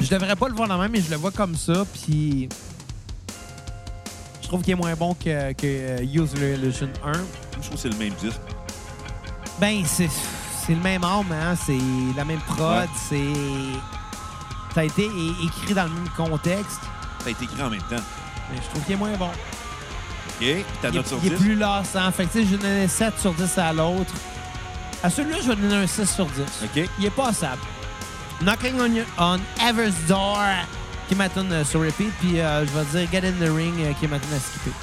Speaker 2: Je devrais pas le voir la même, mais je le vois comme ça, puis... Je trouve qu'il est moins bon que, que euh, Use Your Religion 1.
Speaker 1: Je trouve que c'est le même disque.
Speaker 2: Ben, c'est c'est le même homme, hein? C'est la même prod,
Speaker 1: Ouais.
Speaker 2: c'est... Ça a été é- écrit dans le même contexte,
Speaker 1: Ça a été écrit en même temps.
Speaker 2: mais je trouve qu'il est moins bon.
Speaker 1: OK. Puis ta
Speaker 2: Il est,
Speaker 1: note sur
Speaker 2: il
Speaker 1: 10.
Speaker 2: est plus lassant. Fait que, tu sais, je donnais 7 sur 10 à l'autre. À celui-là, je vais donner un 6 sur 10.
Speaker 1: OK.
Speaker 2: Il est passable. Knocking on, your, on Ever's Door, qui m'attend euh, sur repeat, puis euh, je vais dire Get in the Ring, euh, qui m'attend à skipper.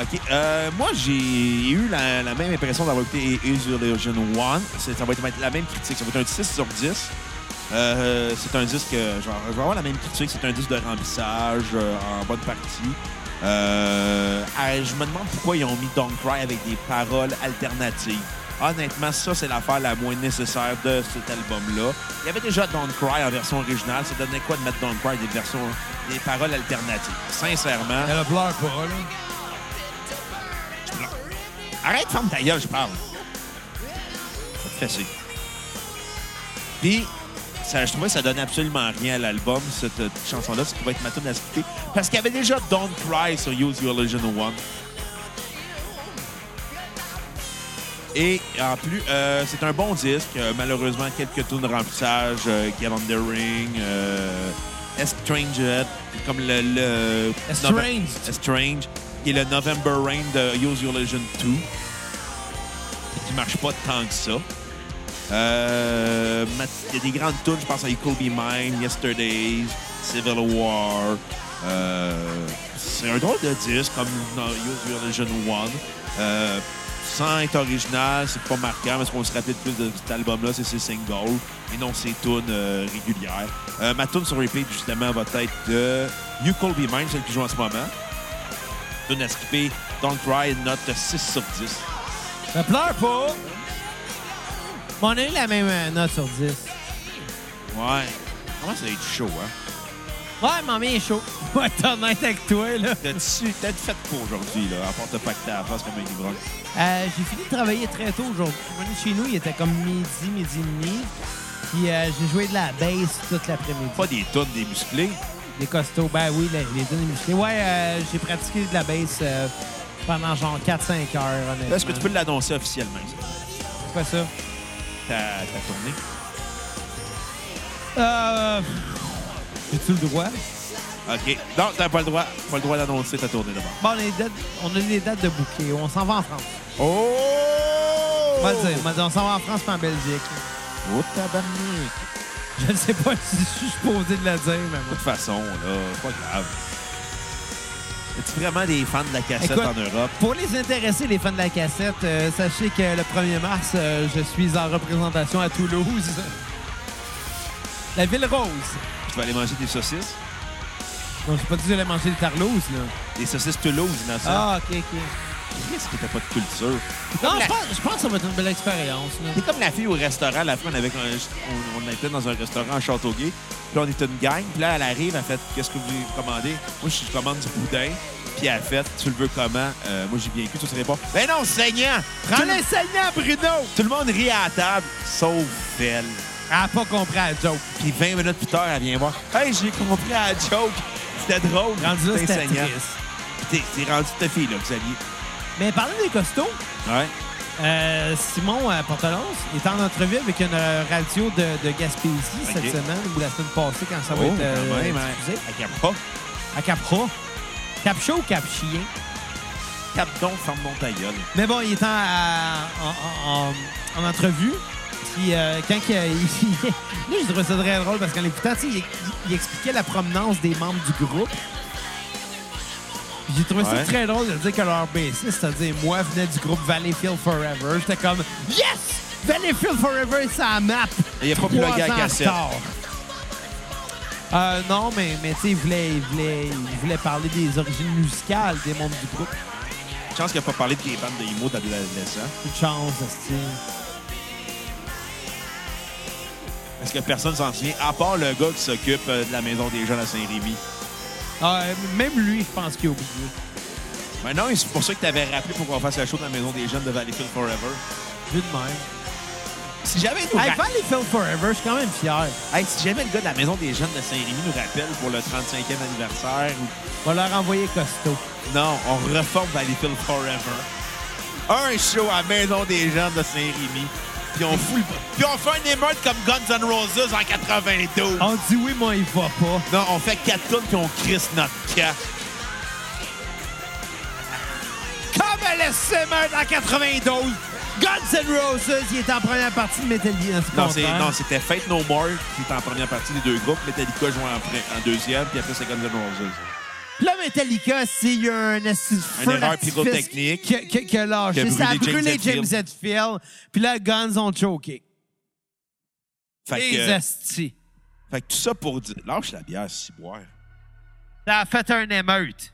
Speaker 1: OK. Euh, moi, j'ai eu la, la même impression d'avoir écouté Use Your Illusion 1. C'est- Ça va être la même critique. Ça va être un 6 sur 10. Euh, c'est un disque, euh, je vais- je vais avoir la même critique, c'est un disque de remplissage euh, en bonne partie. Euh, ah, je me demande pourquoi ils ont mis Don't Cry avec des paroles alternatives. Honnêtement, ça, c'est l'affaire la moins nécessaire de cet album-là. Il y avait déjà Don't Cry en version originale. Ça donnait quoi de mettre Don't Cry des versions, des paroles alternatives? Sincèrement.
Speaker 2: Elle a pleure pas, là.
Speaker 1: Arrête, ferme ta gueule, je parle. Ça te fessé. Puis, ça, je trouvais que ça donnait absolument rien à l'album, cette euh, chanson-là, ce qui va être ma tune à skipper. Parce qu'il y avait déjà Don't Cry sur Use Your Illusion One. Et en plus, euh, c'est un bon disque. Euh, malheureusement, quelques tunes de remplissage, euh, Get on the Ring, euh, Estranged, comme le... le
Speaker 2: Estranged.
Speaker 1: Strange, qui est le November Rain de Use Your Legend 2, qui marche pas tant que ça. Euh, ma- Il y a des grandes tunes, je pense à You Could Be Mine, Yesterdays, Civil War. Euh, c'est un drôle de disque, comme dans Use Your Legend 1. Euh, sans être original, c'est pas marquant, mais ce qu'on se rappelle le plus de cet album-là, c'est ses singles, et non ses tunes euh, régulières. Euh, ma tune sur repeat, justement, va être de You Could Be Mine, celle qui joue en ce moment. Tune à skipper, Don't Cry, note 6 sur 10.
Speaker 2: Elle pleure pas. Mais on a eu la même euh, note sur 10.
Speaker 1: Ouais. Comment ça va être chaud, hein?
Speaker 2: Ouais, maman est chaud. Pour être honnête avec toi, là.
Speaker 1: T'as-tu t'as été fait pour aujourd'hui, là, à part te pacter à la face comme un ivrogne?
Speaker 2: Euh, j'ai fini de travailler très tôt aujourd'hui. Je suis venu chez nous, il était comme midi, midi et demi. Puis euh, j'ai joué de la bass toute l'après-midi.
Speaker 1: Pas des tonnes, des musclés.
Speaker 2: Des costauds, ben oui, les, les deux musclés. Ouais, euh, j'ai pratiqué de la bass euh, pendant genre 4-5 heures, honnêtement.
Speaker 1: Est-ce que tu peux l'annoncer officiellement, ça?
Speaker 2: C'est quoi ça?
Speaker 1: Ta, ta tournée?
Speaker 2: Euh... J'ai-tu le droit?
Speaker 1: OK. Non, t'as pas le droit. Pas le droit d'annoncer ta tournée d'abord.
Speaker 2: Bon, on a les dates, on a les dates de bouquet. On s'en va en France.
Speaker 1: Oh!
Speaker 2: On va le dire, on va le dire, on s'en va en France puis en Belgique.
Speaker 1: Oh, tabarnak!
Speaker 2: Je ne sais pas si je suis supposé de le dire, mais
Speaker 1: De
Speaker 2: moi.
Speaker 1: toute façon, là, pas grave. Es-tu vraiment des fans de la cassette
Speaker 2: Écoute,
Speaker 1: en Europe?
Speaker 2: Pour les intéressés, les fans de la cassette, euh, sachez que le 1er mars, euh, je suis en représentation à Toulouse. La Ville Rose.
Speaker 1: Tu vas aller manger des saucisses?
Speaker 2: Donc, j'ai pas dit que j'allais manger des tarlouses, là.
Speaker 1: Des saucisses Toulouse, innocent.
Speaker 2: Ah, OK, OK.
Speaker 1: Qu'est-ce que t'as pas de culture?
Speaker 2: Non, je pense, je pense que ça va être une belle expérience, là.
Speaker 1: C'est comme la fille au restaurant. La fois, on, avait, on, on était dans un restaurant à Châteauguay. Puis on était une gang. Puis là, elle arrive, elle fait Qu'est-ce que vous commandez Moi, je commande du boudin. Puis elle fait Tu le veux comment Euh, Moi, j'ai bien cru. Ça serait pas. Ben non, saignant Prends
Speaker 2: Tout-
Speaker 1: les saignants, Bruno Tout le monde rit à la table, sauf elle.
Speaker 2: Elle a Ah, pas compris la joke.
Speaker 1: Puis 20 minutes plus tard, elle vient voir Hey, j'ai compris la joke. C'était drôle.
Speaker 2: Rendu là,
Speaker 1: C'était
Speaker 2: c'était
Speaker 1: saignant.
Speaker 2: triste.
Speaker 1: Puis T'es t'es rendu ta fille, là, Xavier.
Speaker 2: Mais parlant des costauds,
Speaker 1: Ouais.
Speaker 2: Euh, Simon à Portelance est en entrevue avec une euh, radio de, de Gaspésie cette
Speaker 1: Ok.
Speaker 2: semaine ou la semaine passée quand ça va
Speaker 1: Oh,
Speaker 2: être euh,
Speaker 1: quand même, hein.
Speaker 2: diffusé.
Speaker 1: Elle capte pas.
Speaker 2: À Capra. Capcha ou Capchien.
Speaker 1: Cap donc, ferme mon ta gueule.
Speaker 2: Mais bon, il est en, à- en, en- en entrevue. Puis euh, quand il, il- Là, je trouve ça très drôle parce qu'en l'écoutant, tu sais, il, il- il expliquait la provenance des membres du groupe. Puis J'ai trouvé ça
Speaker 1: Ouais.
Speaker 2: très drôle de dire que leur bassiste, c'est-à-dire moi, venait du groupe Valleyfield Forever. J'étais comme « Yes! Valleyfield Forever, c'est la map! »
Speaker 1: Et il a pas
Speaker 2: Trois
Speaker 1: plugué la
Speaker 2: ans
Speaker 1: cassette.
Speaker 2: tard. Euh, non, mais, mais tu sais, il voulait, il, voulait, il voulait parler des origines musicales des membres du groupe.
Speaker 1: Chance qu'il n'a pas parlé de des bandes de Imo d'adolescent.
Speaker 2: Une chance, style.
Speaker 1: Parce que personne s'en souvient, à part le gars qui s'occupe euh, de la maison des jeunes à Saint-Rémy.
Speaker 2: Ah, euh, même lui, je pense qu'il a oublié.
Speaker 1: Maintenant, c'est pour ça que tu avais rappelé pour qu'on fasse la show de la maison des jeunes de Valleyfield Forever.
Speaker 2: Vu de même.
Speaker 1: Si jamais, nous
Speaker 2: Hey,
Speaker 1: ra-
Speaker 2: Valleyfield Forever, je suis quand même fier.
Speaker 1: Hey, si jamais le gars de la maison des jeunes de Saint-Rémy nous rappelle pour le 35e anniversaire, ou-
Speaker 2: On va leur envoyer costaud.
Speaker 1: non, on reforme Valleyfield Forever. Un show à la maison des jeunes de Saint-Rémy. Puis on fout le... Puis on fait un émeute comme Guns N' Roses en 92.
Speaker 2: On dit oui, moi, il va pas.
Speaker 1: Non, on fait quatre tours puis on crisse notre cas.
Speaker 2: Comme elle s'émeute en 92. Guns N' Roses, il est en première partie de euh, Metal Gear.
Speaker 1: Non, c'est- non, c'était Fate No More qui est en première partie des deux groupes. Metallica joue en, pre- en deuxième, puis après c'est Guns N' Roses.
Speaker 2: Là, Metallica, c'est il y a un esti de feu
Speaker 1: erreur
Speaker 2: d'artifice
Speaker 1: pyrotechnique
Speaker 2: qui a- qui a- qui a lâché.
Speaker 1: qui a
Speaker 2: Ça a
Speaker 1: brûlé
Speaker 2: brûlé
Speaker 1: James
Speaker 2: James Hetfield. Puis là, Guns ont choqué.
Speaker 1: Fait
Speaker 2: Les
Speaker 1: que, euh,
Speaker 2: estis.
Speaker 1: Fait que tout ça pour dire. Lâche la bière, si boire.
Speaker 2: Ça a fait un émeute.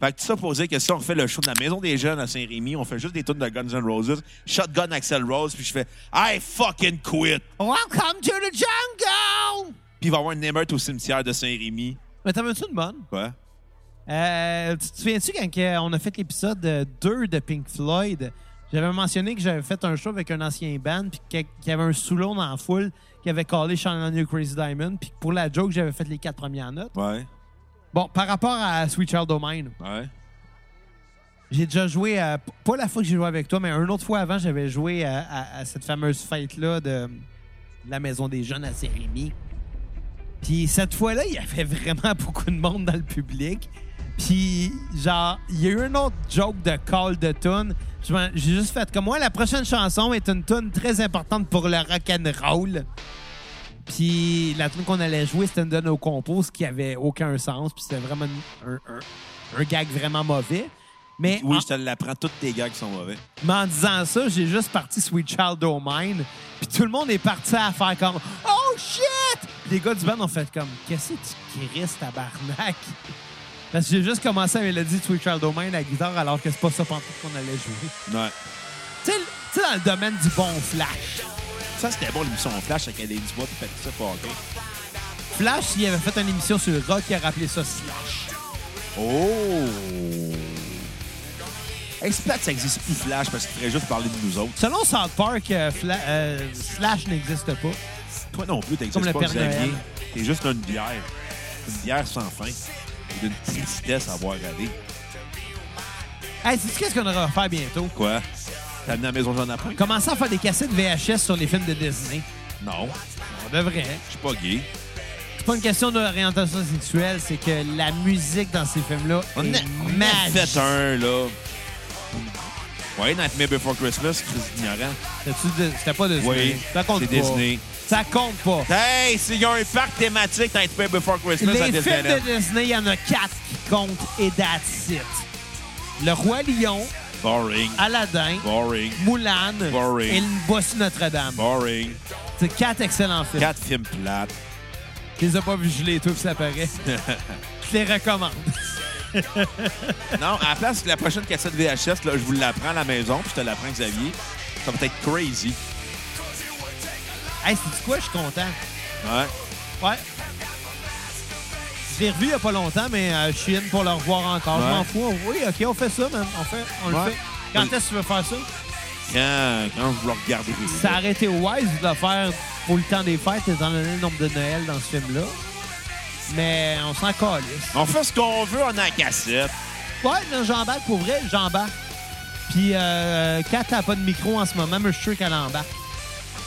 Speaker 1: Fait que tout ça pour dire que si on fait le show de la Maison des Jeunes à Saint-Rémy, on fait juste des tunes de Guns N' Roses, Shotgun Axel Rose, puis je fais I fucking quit.
Speaker 2: Welcome to the jungle!
Speaker 1: Puis il va y avoir une émeute au cimetière de Saint-Rémy.
Speaker 2: Mais t'en veux-tu une bonne?
Speaker 1: Quoi?
Speaker 2: Euh, tu te souviens-tu quand que on a fait l'épisode euh, 2 de Pink Floyd? J'avais mentionné que j'avais fait un show avec un ancien band, puis que- qu'il y avait un sous-lot dans la foule qui avait collé Shannon New Crazy Diamond, puis que pour la joke, j'avais fait les quatre premières notes.
Speaker 1: Ouais.
Speaker 2: Bon, par rapport à Sweet Child O' Mine,
Speaker 1: Ouais.
Speaker 2: j'ai déjà joué, à- pas la fois que j'ai joué avec toi, mais une autre fois avant, j'avais joué à, à- à cette fameuse fête-là de la Maison des Jeunes à Sérémy. Puis cette fois-là, il y avait vraiment beaucoup de monde dans le public. Puis, genre, il y a eu un autre joke de call de tune. Je m'en- J'ai juste fait comme moi, la prochaine chanson est une tune très importante pour le rock'n'roll. Puis la tune qu'on allait jouer, c'était une de nos compos, ce qui avait aucun sens. Puis c'était vraiment une- un, un- un gag vraiment mauvais. Mais
Speaker 1: Oui,
Speaker 2: en-
Speaker 1: je te l'apprends, toutes tes gars qui sont mauvais.
Speaker 2: mais en disant ça, j'ai juste parti Sweet Child O' Mine. Puis tout le monde est parti à faire comme Oh shit! Puis les gars du band ont fait comme Qu'est-ce que tu crisses, tabarnak? Parce que j'ai juste commencé à mélodie de Sweet Child O' Mine à la guitare alors que c'est pas ça pantoute qu'on allait jouer.
Speaker 1: Ouais.
Speaker 2: Tu sais, le- tu sais, dans le domaine du bon Flash.
Speaker 1: Ça, c'était bon, l'émission Flash avec Elie Dubois, puis fait ça pour hockey.
Speaker 2: Flash, il avait fait une émission sur le rock, il a rappelé ça Slash.
Speaker 1: Oh! Hey, c'est plate, ça existe plus Flash parce qu'il ferait juste parler de nous autres.
Speaker 2: Selon South Park, euh, Fla- euh, Slash n'existe pas.
Speaker 1: Toi non plus, t'existes
Speaker 2: Comme le
Speaker 1: pas,
Speaker 2: Père Noël.
Speaker 1: Xavier. T'es juste une bière. Une bière sans fin. Et D'une tristesse à voir aller.
Speaker 2: Hey, sais-tu qu'est-ce qu'on aura à faire bientôt?
Speaker 1: Quoi? T'as amené à la maison Jean Appoint?
Speaker 2: Commencer à faire des cassettes VHS sur les films de Disney.
Speaker 1: Non,
Speaker 2: On devrait.
Speaker 1: je suis pas gay.
Speaker 2: C'est pas une question d'orientation sexuelle, c'est que la musique dans ces films-là
Speaker 1: On
Speaker 2: est
Speaker 1: a, on a
Speaker 2: magique.
Speaker 1: fait un, là. Ouais, Nightmare Before Christmas, Chris ignorant.
Speaker 2: C'était-tu de- C'était pas Disney.
Speaker 1: Oui,
Speaker 2: ça compte
Speaker 1: c'est
Speaker 2: pas.
Speaker 1: Disney.
Speaker 2: Ça compte pas.
Speaker 1: Hey, s'il y a un parc thématique Nightmare Before Christmas à
Speaker 2: Les films
Speaker 1: Disneyland.
Speaker 2: de Disney, il y en a quatre qui comptent et that's it. Le Roi Lion,
Speaker 1: Boring,
Speaker 2: Aladdin,
Speaker 1: boring,
Speaker 2: Moulin
Speaker 1: Boring.
Speaker 2: et le Bossu Notre-Dame.
Speaker 1: boring.
Speaker 2: C'est quatre excellents films.
Speaker 1: Quatre films plates.
Speaker 2: Je les ai pas vus, je les trouve, ça paraît. je les recommande.
Speaker 1: Non, à la place, la prochaine cassette VHS, là, je vous l'apprends à la maison, puis je te l'apprends, Xavier. Ça va être crazy.
Speaker 2: Hey, c'est quoi? Je suis content.
Speaker 1: Ouais.
Speaker 2: Ouais. Je l'ai revu il n'y a pas longtemps, mais euh, je suis in pour le revoir encore. Je
Speaker 1: Ouais.
Speaker 2: m'en fous. Oui, OK, on fait ça, man. On, fait, on
Speaker 1: Ouais.
Speaker 2: le fait. Quand est-ce que tu veux faire ça?
Speaker 1: Quand, quand je vais le regarder.
Speaker 2: Ça a arrêté wise de le faire pour le temps des fêtes, étant donné le nombre de Noël dans ce film-là. Mais on s'en calisse.
Speaker 1: On fait ce qu'on veut, on a la cassette.
Speaker 2: Ouais, non, j'embarque pour vrai, j'embarque. Puis euh, Kat n'a pas de micro en ce moment, mais je suis sûr qu'elle embarque.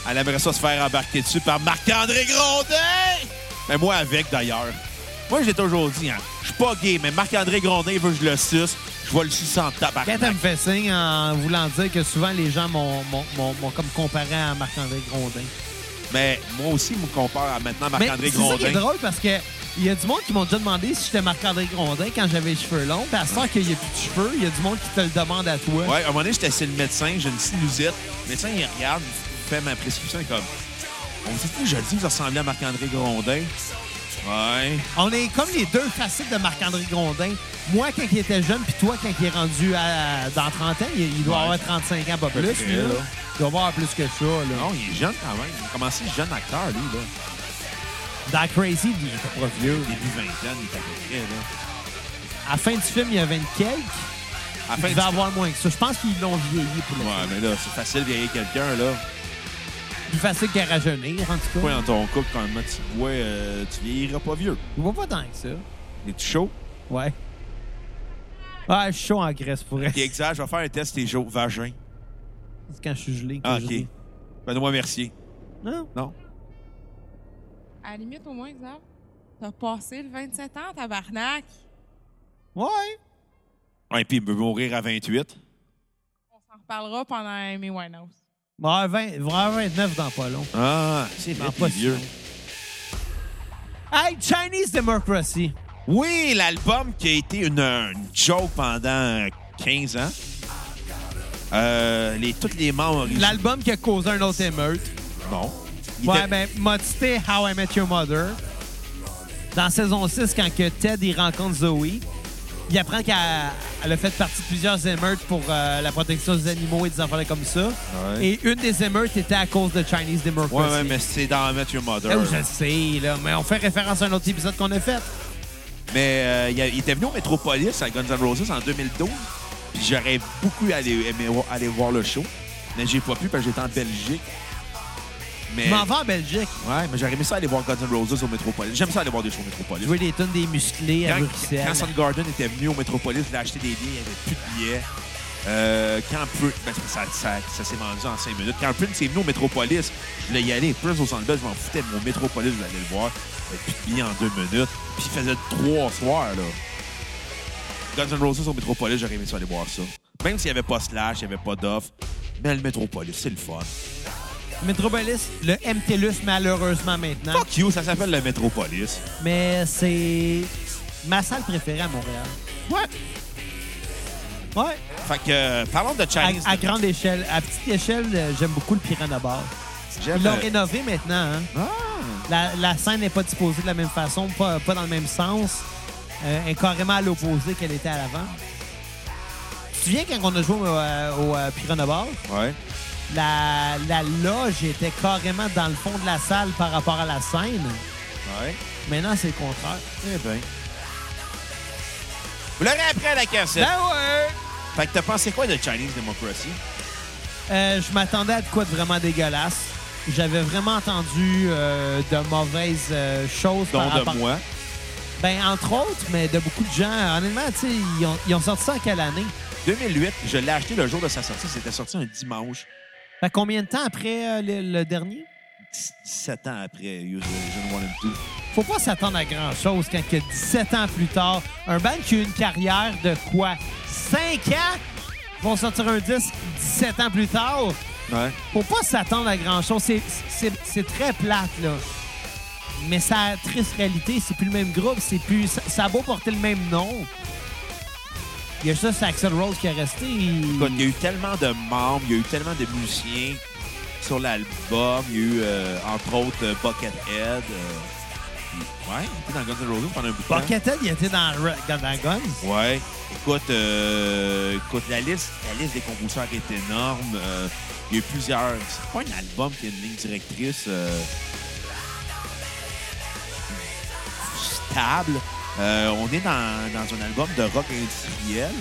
Speaker 1: Elle aimerait ça se faire embarquer dessus par Marc-André Grondin! Mais moi avec, d'ailleurs. Moi, j'ai toujours dit, hein, je suis pas gay, mais Marc-André Grondin veut que je le suce. Je vais le sucer en tabac.
Speaker 2: Kat, elle me fait signe en voulant dire que souvent les gens m'ont m'ont- m'ont- m'ont comme comparé à Marc-André Grondin.
Speaker 1: Mais moi aussi, je me compare à maintenant
Speaker 2: Mais
Speaker 1: Marc-André
Speaker 2: C'est ça qui est
Speaker 1: Grondin.
Speaker 2: drôle parce que il y a du monde qui m'ont déjà demandé si j'étais Marc-André Grondin quand j'avais les cheveux longs. Puis à ce temps qu'il n'y a plus de cheveux, il y a du monde qui te le demande à toi.
Speaker 1: Ouais, à un moment donné, j'étais chez le médecin, j'ai une sinusite. Le médecin, il regarde, il fait ma prescription, il est comme. On dit que je le dis, vous ressemblez à Marc-André Grondin. Ouais.
Speaker 2: On est comme les deux facettes de Marc-André Grondin. Moi, quand il était jeune, puis toi, quand il est rendu à, dans 30 ans, il, il doit
Speaker 1: Ouais.
Speaker 2: avoir 35 ans, pas plus.
Speaker 1: près,
Speaker 2: lui, là.
Speaker 1: là.
Speaker 2: Il doit avoir plus que ça. Là.
Speaker 1: Non, il est jeune quand même. Il a commencé jeune acteur, lui, là.
Speaker 2: Dans Crazy, il était pas vieux.
Speaker 1: Début vingtaine, il était à peu près, là.
Speaker 2: À la fin du film, il y avait une cake.
Speaker 1: À la
Speaker 2: Il
Speaker 1: fin du-
Speaker 2: devait avoir moins que ça. Je pense qu'ils l'ont vieilli pour le
Speaker 1: Ouais, mais là, c'est facile vieillir quelqu'un, là.
Speaker 2: plus facile qu'à rajeunir, en tout cas.
Speaker 1: Toi, dans ton couple, quand même, tu bois, euh, tu vieilliras pas vieux.
Speaker 2: Il voit pas tant que ça.
Speaker 1: Es-tu chaud?
Speaker 2: Ouais. Ah, je suis chaud en Grèce pour
Speaker 1: Ok,
Speaker 2: elle.
Speaker 1: exact. Je vais faire un test, t'es chaud. Vagin.
Speaker 2: C'est quand je suis gelé. que
Speaker 1: Ah,
Speaker 2: je
Speaker 1: OK.
Speaker 2: dis.
Speaker 1: Benoît Mercier.
Speaker 2: Non?
Speaker 1: Non?
Speaker 4: À la limite, au moins, Xav, t'as passé le 27 ans, tabarnak.
Speaker 2: Ouais.
Speaker 1: Ouais, puis il peut mourir à 28.
Speaker 4: On s'en reparlera pendant Amy Winehouse.
Speaker 2: On va avoir 20 on va avoir 29 dans pas long.
Speaker 1: Ah, c'est
Speaker 2: vraiment pas si long. Hey, Chinese Democracy.
Speaker 1: Oui, l'album qui a été une, une joke pendant 15 ans. Euh, les, tous les membres originaux.
Speaker 2: L'album qui a causé un autre émeute.
Speaker 1: Non. Il
Speaker 2: Ouais,
Speaker 1: était-
Speaker 2: ben, m'a cité How I Met Your Mother. Dans saison 6, quand que Ted il rencontre Zoe, il apprend qu'elle elle a fait partie de plusieurs émeutes pour euh, la protection des animaux et des enfants comme ça.
Speaker 1: Ouais.
Speaker 2: Et une des émeutes était à cause de Chinese Democracy.
Speaker 1: Ouais, ouais, mais c'est dans Met Your Mother.
Speaker 2: Là où Ah Ben je sais, là, mais on fait référence à un autre épisode qu'on a fait.
Speaker 1: Mais euh, il, a- il était venu au Metropolis à Guns N' Roses en 2012. Puis j'aurais beaucoup allé, aimé vo- aller voir le show. Mais j'ai pas pu parce que j'étais en Belgique. Mais,
Speaker 2: Je m'en vais en Belgique.
Speaker 1: ouais, mais j'aurais aimé ça aller voir Guns N' Roses au Metropolis. J'aime ça aller voir des shows au Metropolis.
Speaker 2: Jouer des tonnes des musclés à
Speaker 1: Quand,
Speaker 2: Bruxelles.
Speaker 1: quand Soundgarden était venu au Metropolis, il a acheté des billets, il n'y avait plus de billets. Euh, quand Prince, ben, ça, ça- ça s'est vendu en 5 minutes. Quand Prince est venu au Metropolis, je voulais y aller. Prince au Centre Bell, je m'en foutais, mais au Metropolis, je voulais aller le voir. Il n'y avait plus de billets en 2 minutes. Puis il faisait trois soirs, là. Guns N' Roses au Metropolis, j'aurais aimé ça aller voir ça. Même s'il n'y avait pas Slash, il n'y avait pas d'offre. Mais le Metropolis, c'est le fun.
Speaker 2: Metropolis, le MTLUS, malheureusement maintenant.
Speaker 1: Fuck you, ça s'appelle le Metropolis.
Speaker 2: Mais c'est ma salle préférée à Montréal.
Speaker 1: Ouais.
Speaker 2: Ouais.
Speaker 1: Fait que, euh, parlons de
Speaker 2: À,
Speaker 1: Chinese.
Speaker 2: à grande échelle. À petite échelle, euh, j'aime beaucoup le Piranha Bar.
Speaker 1: J'aime,
Speaker 2: Ils l'ont
Speaker 1: euh,
Speaker 2: rénové maintenant. hein.
Speaker 1: Ah!
Speaker 2: La, la scène n'est pas disposée de la même façon, pas, pas dans le même sens. Euh, elle est carrément à l'opposé qu'elle était à l'avant. Tu te souviens quand on a joué au, euh, au, euh, Piranha Bar?
Speaker 1: Ouais.
Speaker 2: La, la loge était carrément dans le fond de la salle par rapport à la scène.
Speaker 1: Ouais.
Speaker 2: Maintenant, c'est le contraire.
Speaker 1: Eh bien. Vous l'aurez après à la cassette.
Speaker 2: Ben ouais!
Speaker 1: Fait que t'as pensé quoi de Chinese Democracy?
Speaker 2: Euh, je m'attendais à de quoi de vraiment dégueulasse. J'avais vraiment entendu euh, de mauvaises euh, choses.
Speaker 1: Dont
Speaker 2: par rapport-
Speaker 1: de moi.
Speaker 2: Ben, entre autres, mais de beaucoup de gens. Honnêtement, tu sais, ils ont, ils ont sorti ça en quelle année?
Speaker 1: 2008, je l'ai acheté le jour de sa sortie. C'était sorti un dimanche.
Speaker 2: Fait Ben, combien de temps après euh, le, le dernier?
Speaker 1: 17 ans après Usual Vision 1 and 2.
Speaker 2: Faut pas s'attendre à grand-chose quand que 17 ans plus tard, un band qui a eu une carrière de quoi? 5 ans? Vont sortir un disque 17 ans plus tard?
Speaker 1: Ouais.
Speaker 2: Faut pas s'attendre à grand-chose. C'est- C'est c'est très plate, là. Mais sa triste réalité, c'est plus le même groupe. C'est plus... Ça, ça a beau porter le même nom. Il y a juste Axel Rose qui est resté. Il-
Speaker 1: Écoute, il y a eu tellement de membres, il y a eu tellement de musiciens sur l'album. Il y a eu, euh, entre autres, euh, Buckethead. euh, Ouais, il était dans Guns N' Roses pendant un bout de temps.
Speaker 2: Buckethead, il était dans, Ra- dans, dans Guns.
Speaker 1: Ouais. Écoute, euh, écoute la, liste, la liste des compositeurs est énorme. Euh, il y a eu plusieurs. C'est pas un album qui a une ligne directrice euh, stable. Euh, on est dans, dans un album de rock industriel,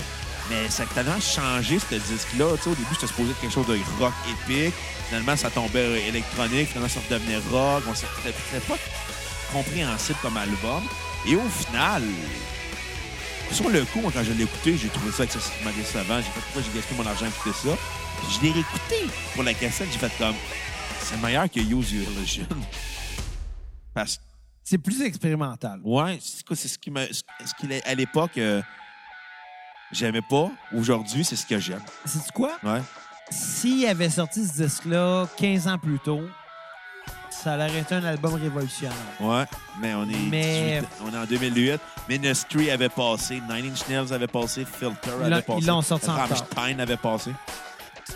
Speaker 1: mais ça a tellement changé ce disque-là. Tu sais, Au début, c'était supposé être quelque chose de rock épique. Finalement, ça tombait euh, électronique. Finalement, ça redevenait rock. On s'est- C'était c'était pas compréhensible comme album. Et au final, sur le coup, moi, quand je l'ai écouté, j'ai trouvé ça excessivement décevant. J'ai fait pourquoi j'ai gaspillé mon argent à écouter ça. Puis je l'ai réécouté pour la cassette. J'ai fait comme c'est meilleur que Use Your Illusion. Parce que,
Speaker 2: C'est plus expérimental.
Speaker 1: ouais, c'est quoi, c'est ce qui me. Ce qui, à l'époque, euh, j'aimais pas. Aujourd'hui, c'est ce que j'aime.
Speaker 2: C'est quoi?
Speaker 1: Ouais.
Speaker 2: S'il avait sorti ce disque-là 15 ans plus tôt, ça aurait été un album révolutionnaire.
Speaker 1: Ouais. Mais on est.
Speaker 2: Mais-
Speaker 1: 18 on est en 2008. Ministry avait passé. Nine Inch Nails avait passé. Filter
Speaker 2: l'ont-
Speaker 1: avait
Speaker 2: ils
Speaker 1: passé.
Speaker 2: l'ont sorti en retard.
Speaker 1: Rammstein avait passé.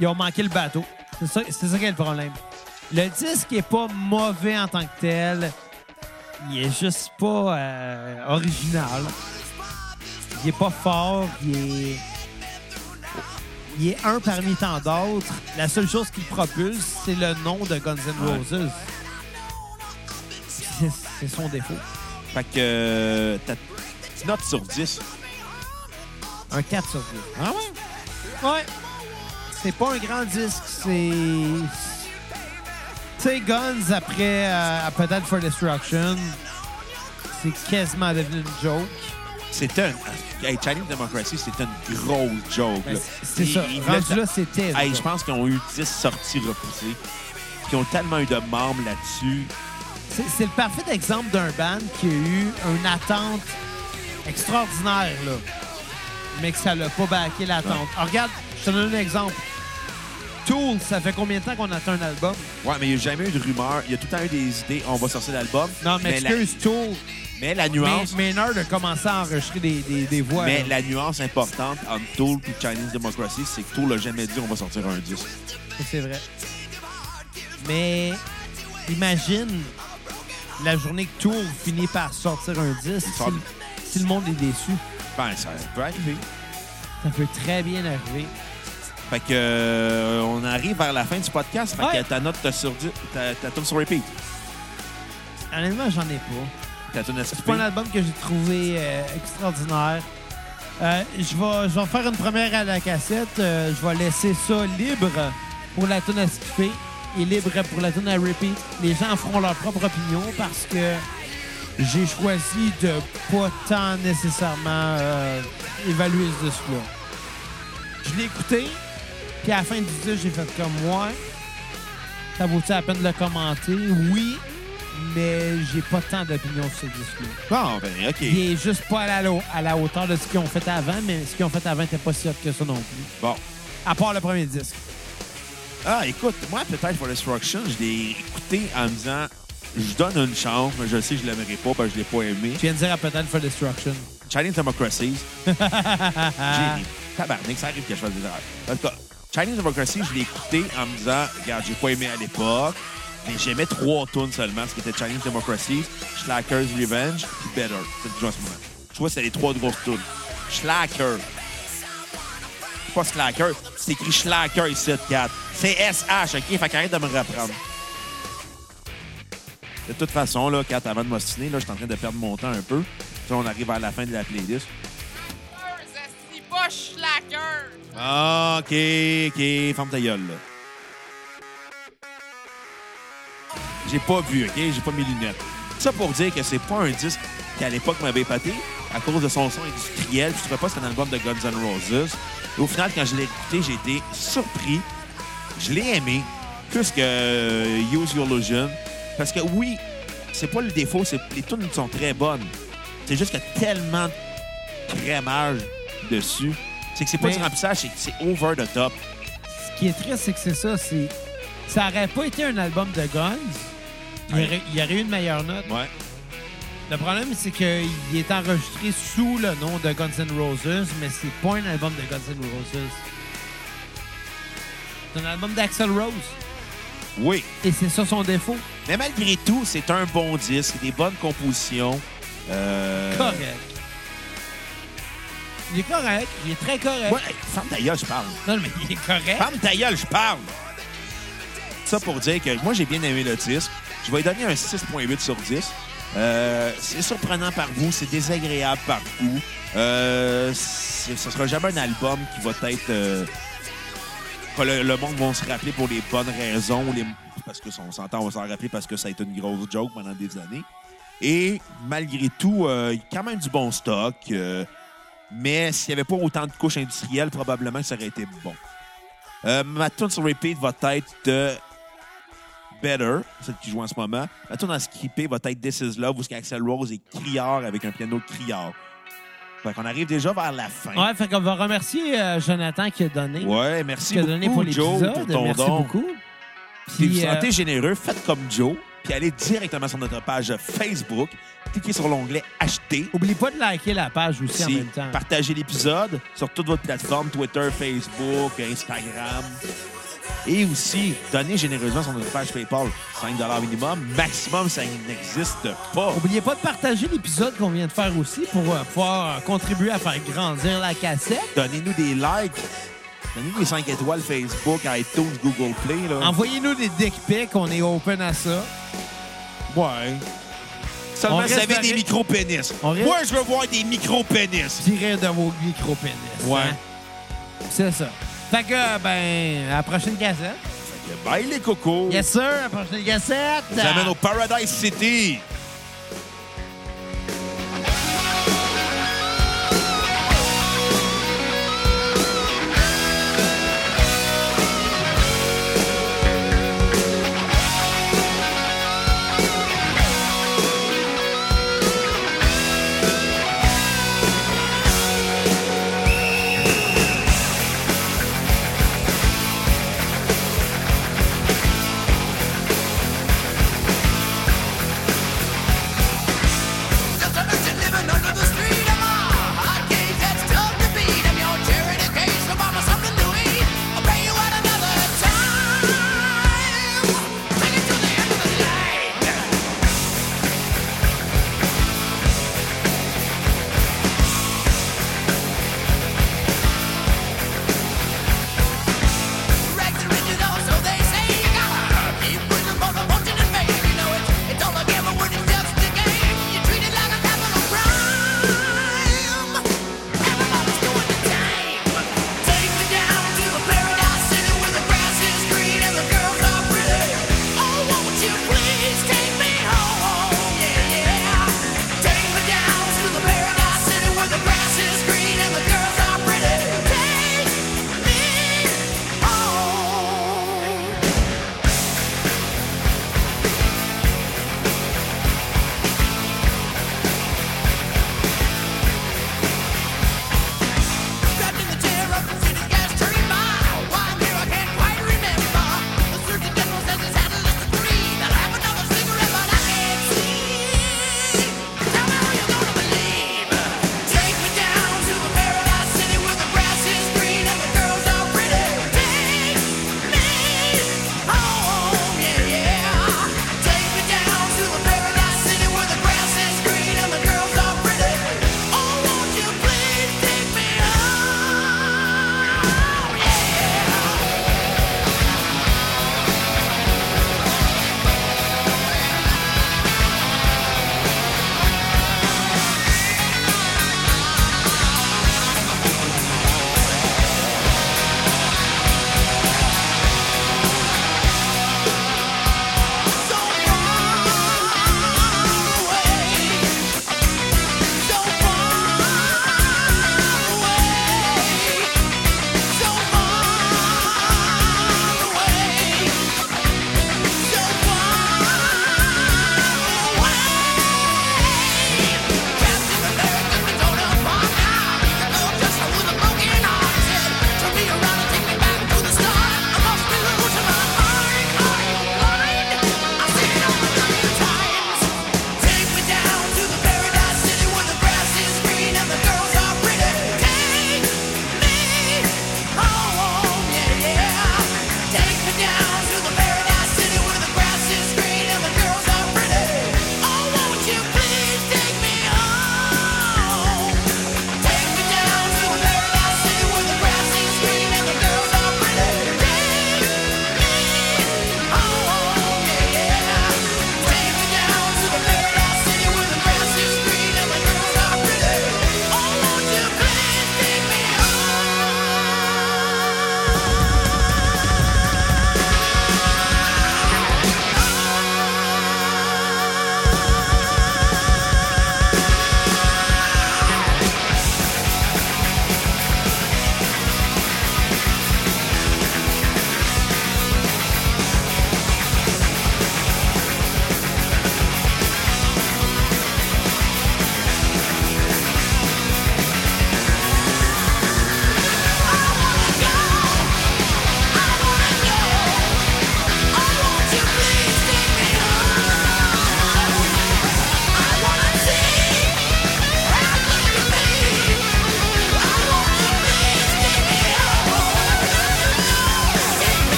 Speaker 2: Ils ont manqué le bateau. C'est ça, c'est ça qui est le problème. Le disque est pas mauvais en tant que tel. Il est juste pas euh, original. Il est pas fort. Il est... il est un parmi tant d'autres. La seule chose qui le propulse, c'est le nom de Guns N'
Speaker 1: Ouais.
Speaker 2: Roses. C'est c'est son défaut.
Speaker 1: Fait que. euh, t'as une note sur 10.
Speaker 2: Un 4 sur 10.
Speaker 1: Ah ouais?
Speaker 2: Ouais. C'est pas un grand disque, c'est. Tu sais, Guns après euh, Appetite for Destruction, c'est quasiment devenu une joke.
Speaker 1: C'était un. Hey, Chinese Democracy, c'était une grosse joke.
Speaker 2: Ben,
Speaker 1: là.
Speaker 2: c'est
Speaker 1: Ils-
Speaker 2: ça.
Speaker 1: ils voulaient
Speaker 2: Rendu là, c'était. une
Speaker 1: Hey,
Speaker 2: joke.
Speaker 1: je pense qu'ils ont eu 10 sorties repoussées. Puis Ils ont tellement eu de membres là-dessus.
Speaker 2: C'est c'est le parfait exemple d'un band qui a eu une attente extraordinaire, là. Mais que ça l'a pas baqué l'attente. Alors, regarde, je te donne un exemple. Tool, ça fait combien de temps qu'on attend un album?
Speaker 1: Ouais, mais il n'y a jamais eu de rumeur. Il y a tout le temps eu des idées. On va sortir l'album.
Speaker 2: Non, mais,
Speaker 1: la,
Speaker 2: excuse, Tool.
Speaker 1: mais la
Speaker 2: Mais
Speaker 1: nuance. Mais,
Speaker 2: Maynard a commencé à enregistrer des, des, des voix. là.
Speaker 1: la nuance importante entre Tool et Chinese Democracy, c'est que Tool n'a jamais dit on va sortir un disque.
Speaker 2: Ça, C'est vrai. Mais imagine la journée que Tour finit par sortir un 10 si,
Speaker 1: Fab-
Speaker 2: si le monde est déçu.
Speaker 1: Ben, ça peut arriver.
Speaker 2: Ça peut très bien arriver.
Speaker 1: Fait que euh, on arrive vers la fin du podcast. Fait
Speaker 2: Ouais.
Speaker 1: que ta note t'as sur dix- ta, ta tune sur repeat.
Speaker 2: Honnêtement, j'en ai pas.
Speaker 1: Ta tune à
Speaker 2: C'est pas un
Speaker 1: skipper.
Speaker 2: album que j'ai trouvé euh, extraordinaire. Euh, je vais je vais faire une première à la cassette. Euh, je vais laisser ça libre pour la tune à skipper et libre pour la tune à repeat. Les gens feront leur propre opinion parce que j'ai choisi de pas tant nécessairement euh, évaluer ce disque-là. Je l'ai écouté, puis à la fin du disque, j'ai fait comme moi. Ça vaut-il la peine de le commenter? Oui, mais j'ai pas tant d'opinion sur ce disque-là.
Speaker 1: Bon, ben, OK.
Speaker 2: Il est juste pas à la, à la hauteur de ce qu'ils ont fait avant, mais ce qu'ils ont fait avant était pas si hot que ça non plus.
Speaker 1: Bon.
Speaker 2: À part le premier disque.
Speaker 1: Ah, écoute, moi, peut-être pour Destruction, je l'ai écouté en me disant, je donne une chance, mais je sais que je l'aimerais pas parce que je l'ai pas aimé.
Speaker 2: Tu viens de dire à peut-être for Destruction.
Speaker 1: Chinese Democracies. J'ai ri. Tabarnak, ça arrive que je fasse des erreurs. En tout cas, Chinese Democracy, je l'ai écouté en me disant, regarde, j'ai pas aimé à l'époque, mais j'aimais trois tunes seulement, ce qui était Chinese Democracy, Schlacker's Revenge, puis Better. C'est toujours en ce moment. Je vois, c'est les trois grosses tunes. Schlacker. C'est Pas Schlacker, c'est écrit Schlacker ici, 4. C'est SH, OK? Fait qu'arrête de me reprendre. De toute façon, là, Kat, avant de m'ostiner, là, je suis en train de perdre mon temps un peu. Puis là, on arrive à la fin de la playlist.
Speaker 4: C'est pas schlacker!
Speaker 1: Ah, OK, OK. Ferme ta gueule, là. J'ai pas vu, OK? J'ai pas mes lunettes. Ça pour dire que c'est pas un disque qui, à l'époque, m'avait épaté à cause de son son industriel. Je trouvais pas que c'était un album de Guns N' Roses. Et au final, quand je l'ai écouté, j'ai été surpris. Je l'ai aimé plus que euh, Use Your Illusion. Parce que, oui, c'est pas le défaut. c'est Les tunes sont très bonnes. C'est juste qu'il y a tellement de crémage dessus. C'est que c'est pas
Speaker 2: Mais-
Speaker 1: du remplissage, c'est que c'est over the top.
Speaker 2: Ce qui est triste, c'est que c'est ça. c'est Ça aurait pas été un album de Guns. Il y
Speaker 1: Ouais.
Speaker 2: aurait, il y aurait eu une meilleure note.
Speaker 1: Ouais.
Speaker 2: Le problème, c'est qu'il est enregistré sous le nom de Guns N' Roses, mais c'est pas un album de Guns N' Roses. C'est un album d'Axel Rose.
Speaker 1: Oui.
Speaker 2: Et c'est ça son défaut.
Speaker 1: Mais malgré tout, c'est un bon disque, des bonnes compositions. Euh...
Speaker 2: Correct. Il est correct. Il est très correct.
Speaker 1: Ouais, hey, ferme ta gueule, je parle.
Speaker 2: Non, mais il est correct.
Speaker 1: Ferme ta gueule, je parle. Ça pour dire que moi, j'ai bien aimé le disque. Je vais lui donner un 6.8 sur 10. Euh, c'est surprenant par vous, c'est désagréable par vous. Euh, c'est- ce sera jamais un album qui va être... euh, que le, le monde va se rappeler pour les bonnes raisons. les- parce que si on s'entend, on va s'en rappeler parce que ça a été une grosse joke pendant des années. Et malgré tout, euh, quand même du bon stock. euh, mais s'il n'y avait pas autant de couches industrielles, probablement que ça aurait été bon. Euh, ma tune sur repeat va être euh, Better, celle qui joue en ce moment. Ma tune à skipper va être This Is Love, où Axel Rose est criard avec un piano criard. Fait qu'on arrive déjà vers la fin.
Speaker 2: Ah. Ouais, fait qu'on va remercier euh, Jonathan qui a donné.
Speaker 1: Ouais,
Speaker 2: Qui
Speaker 1: merci
Speaker 2: a donné
Speaker 1: beaucoup,
Speaker 2: pour
Speaker 1: Joe, pour
Speaker 2: l'épisode.
Speaker 1: ton
Speaker 2: Merci
Speaker 1: don.
Speaker 2: beaucoup.
Speaker 1: Si vous
Speaker 2: Puis, euh,
Speaker 1: sentez généreux, faites comme Joe, puis allez directement sur notre page Facebook, cliquez sur l'onglet Acheter.
Speaker 2: oublie pas de liker la page aussi en
Speaker 1: Si-
Speaker 2: même temps.
Speaker 1: Partagez l'épisode sur toutes vos plateformes, Twitter, Facebook, Instagram. Et aussi, donnez généreusement sur notre page PayPal, 5 minimum. Maximum, ça n'existe pas.
Speaker 2: Oubliez pas de partager l'épisode qu'on vient de faire aussi pour euh, pouvoir euh, contribuer à faire grandir la cassette.
Speaker 1: Donnez-nous des likes. Donnez-nous des 5 étoiles Facebook, iTunes, Google Play. Là.
Speaker 2: Envoyez-nous des dick pics, on est open à ça.
Speaker 1: Ouais. Seulement,
Speaker 2: On
Speaker 1: vous
Speaker 2: reste
Speaker 1: avez des
Speaker 2: avec-
Speaker 1: micro-pénis.
Speaker 2: On reste-
Speaker 1: Moi, je veux voir des micro-pénis.
Speaker 2: Tirez de vos micro-pénis.
Speaker 1: Ouais.
Speaker 2: hein. C'est ça. Fait que, euh, ben, à la prochaine cassette.
Speaker 1: Bye les cocos.
Speaker 2: Yes, sir, à la prochaine cassette.
Speaker 1: Je vous amène au Paradise City.
Speaker 3: oh, Oh, Oh, Oh,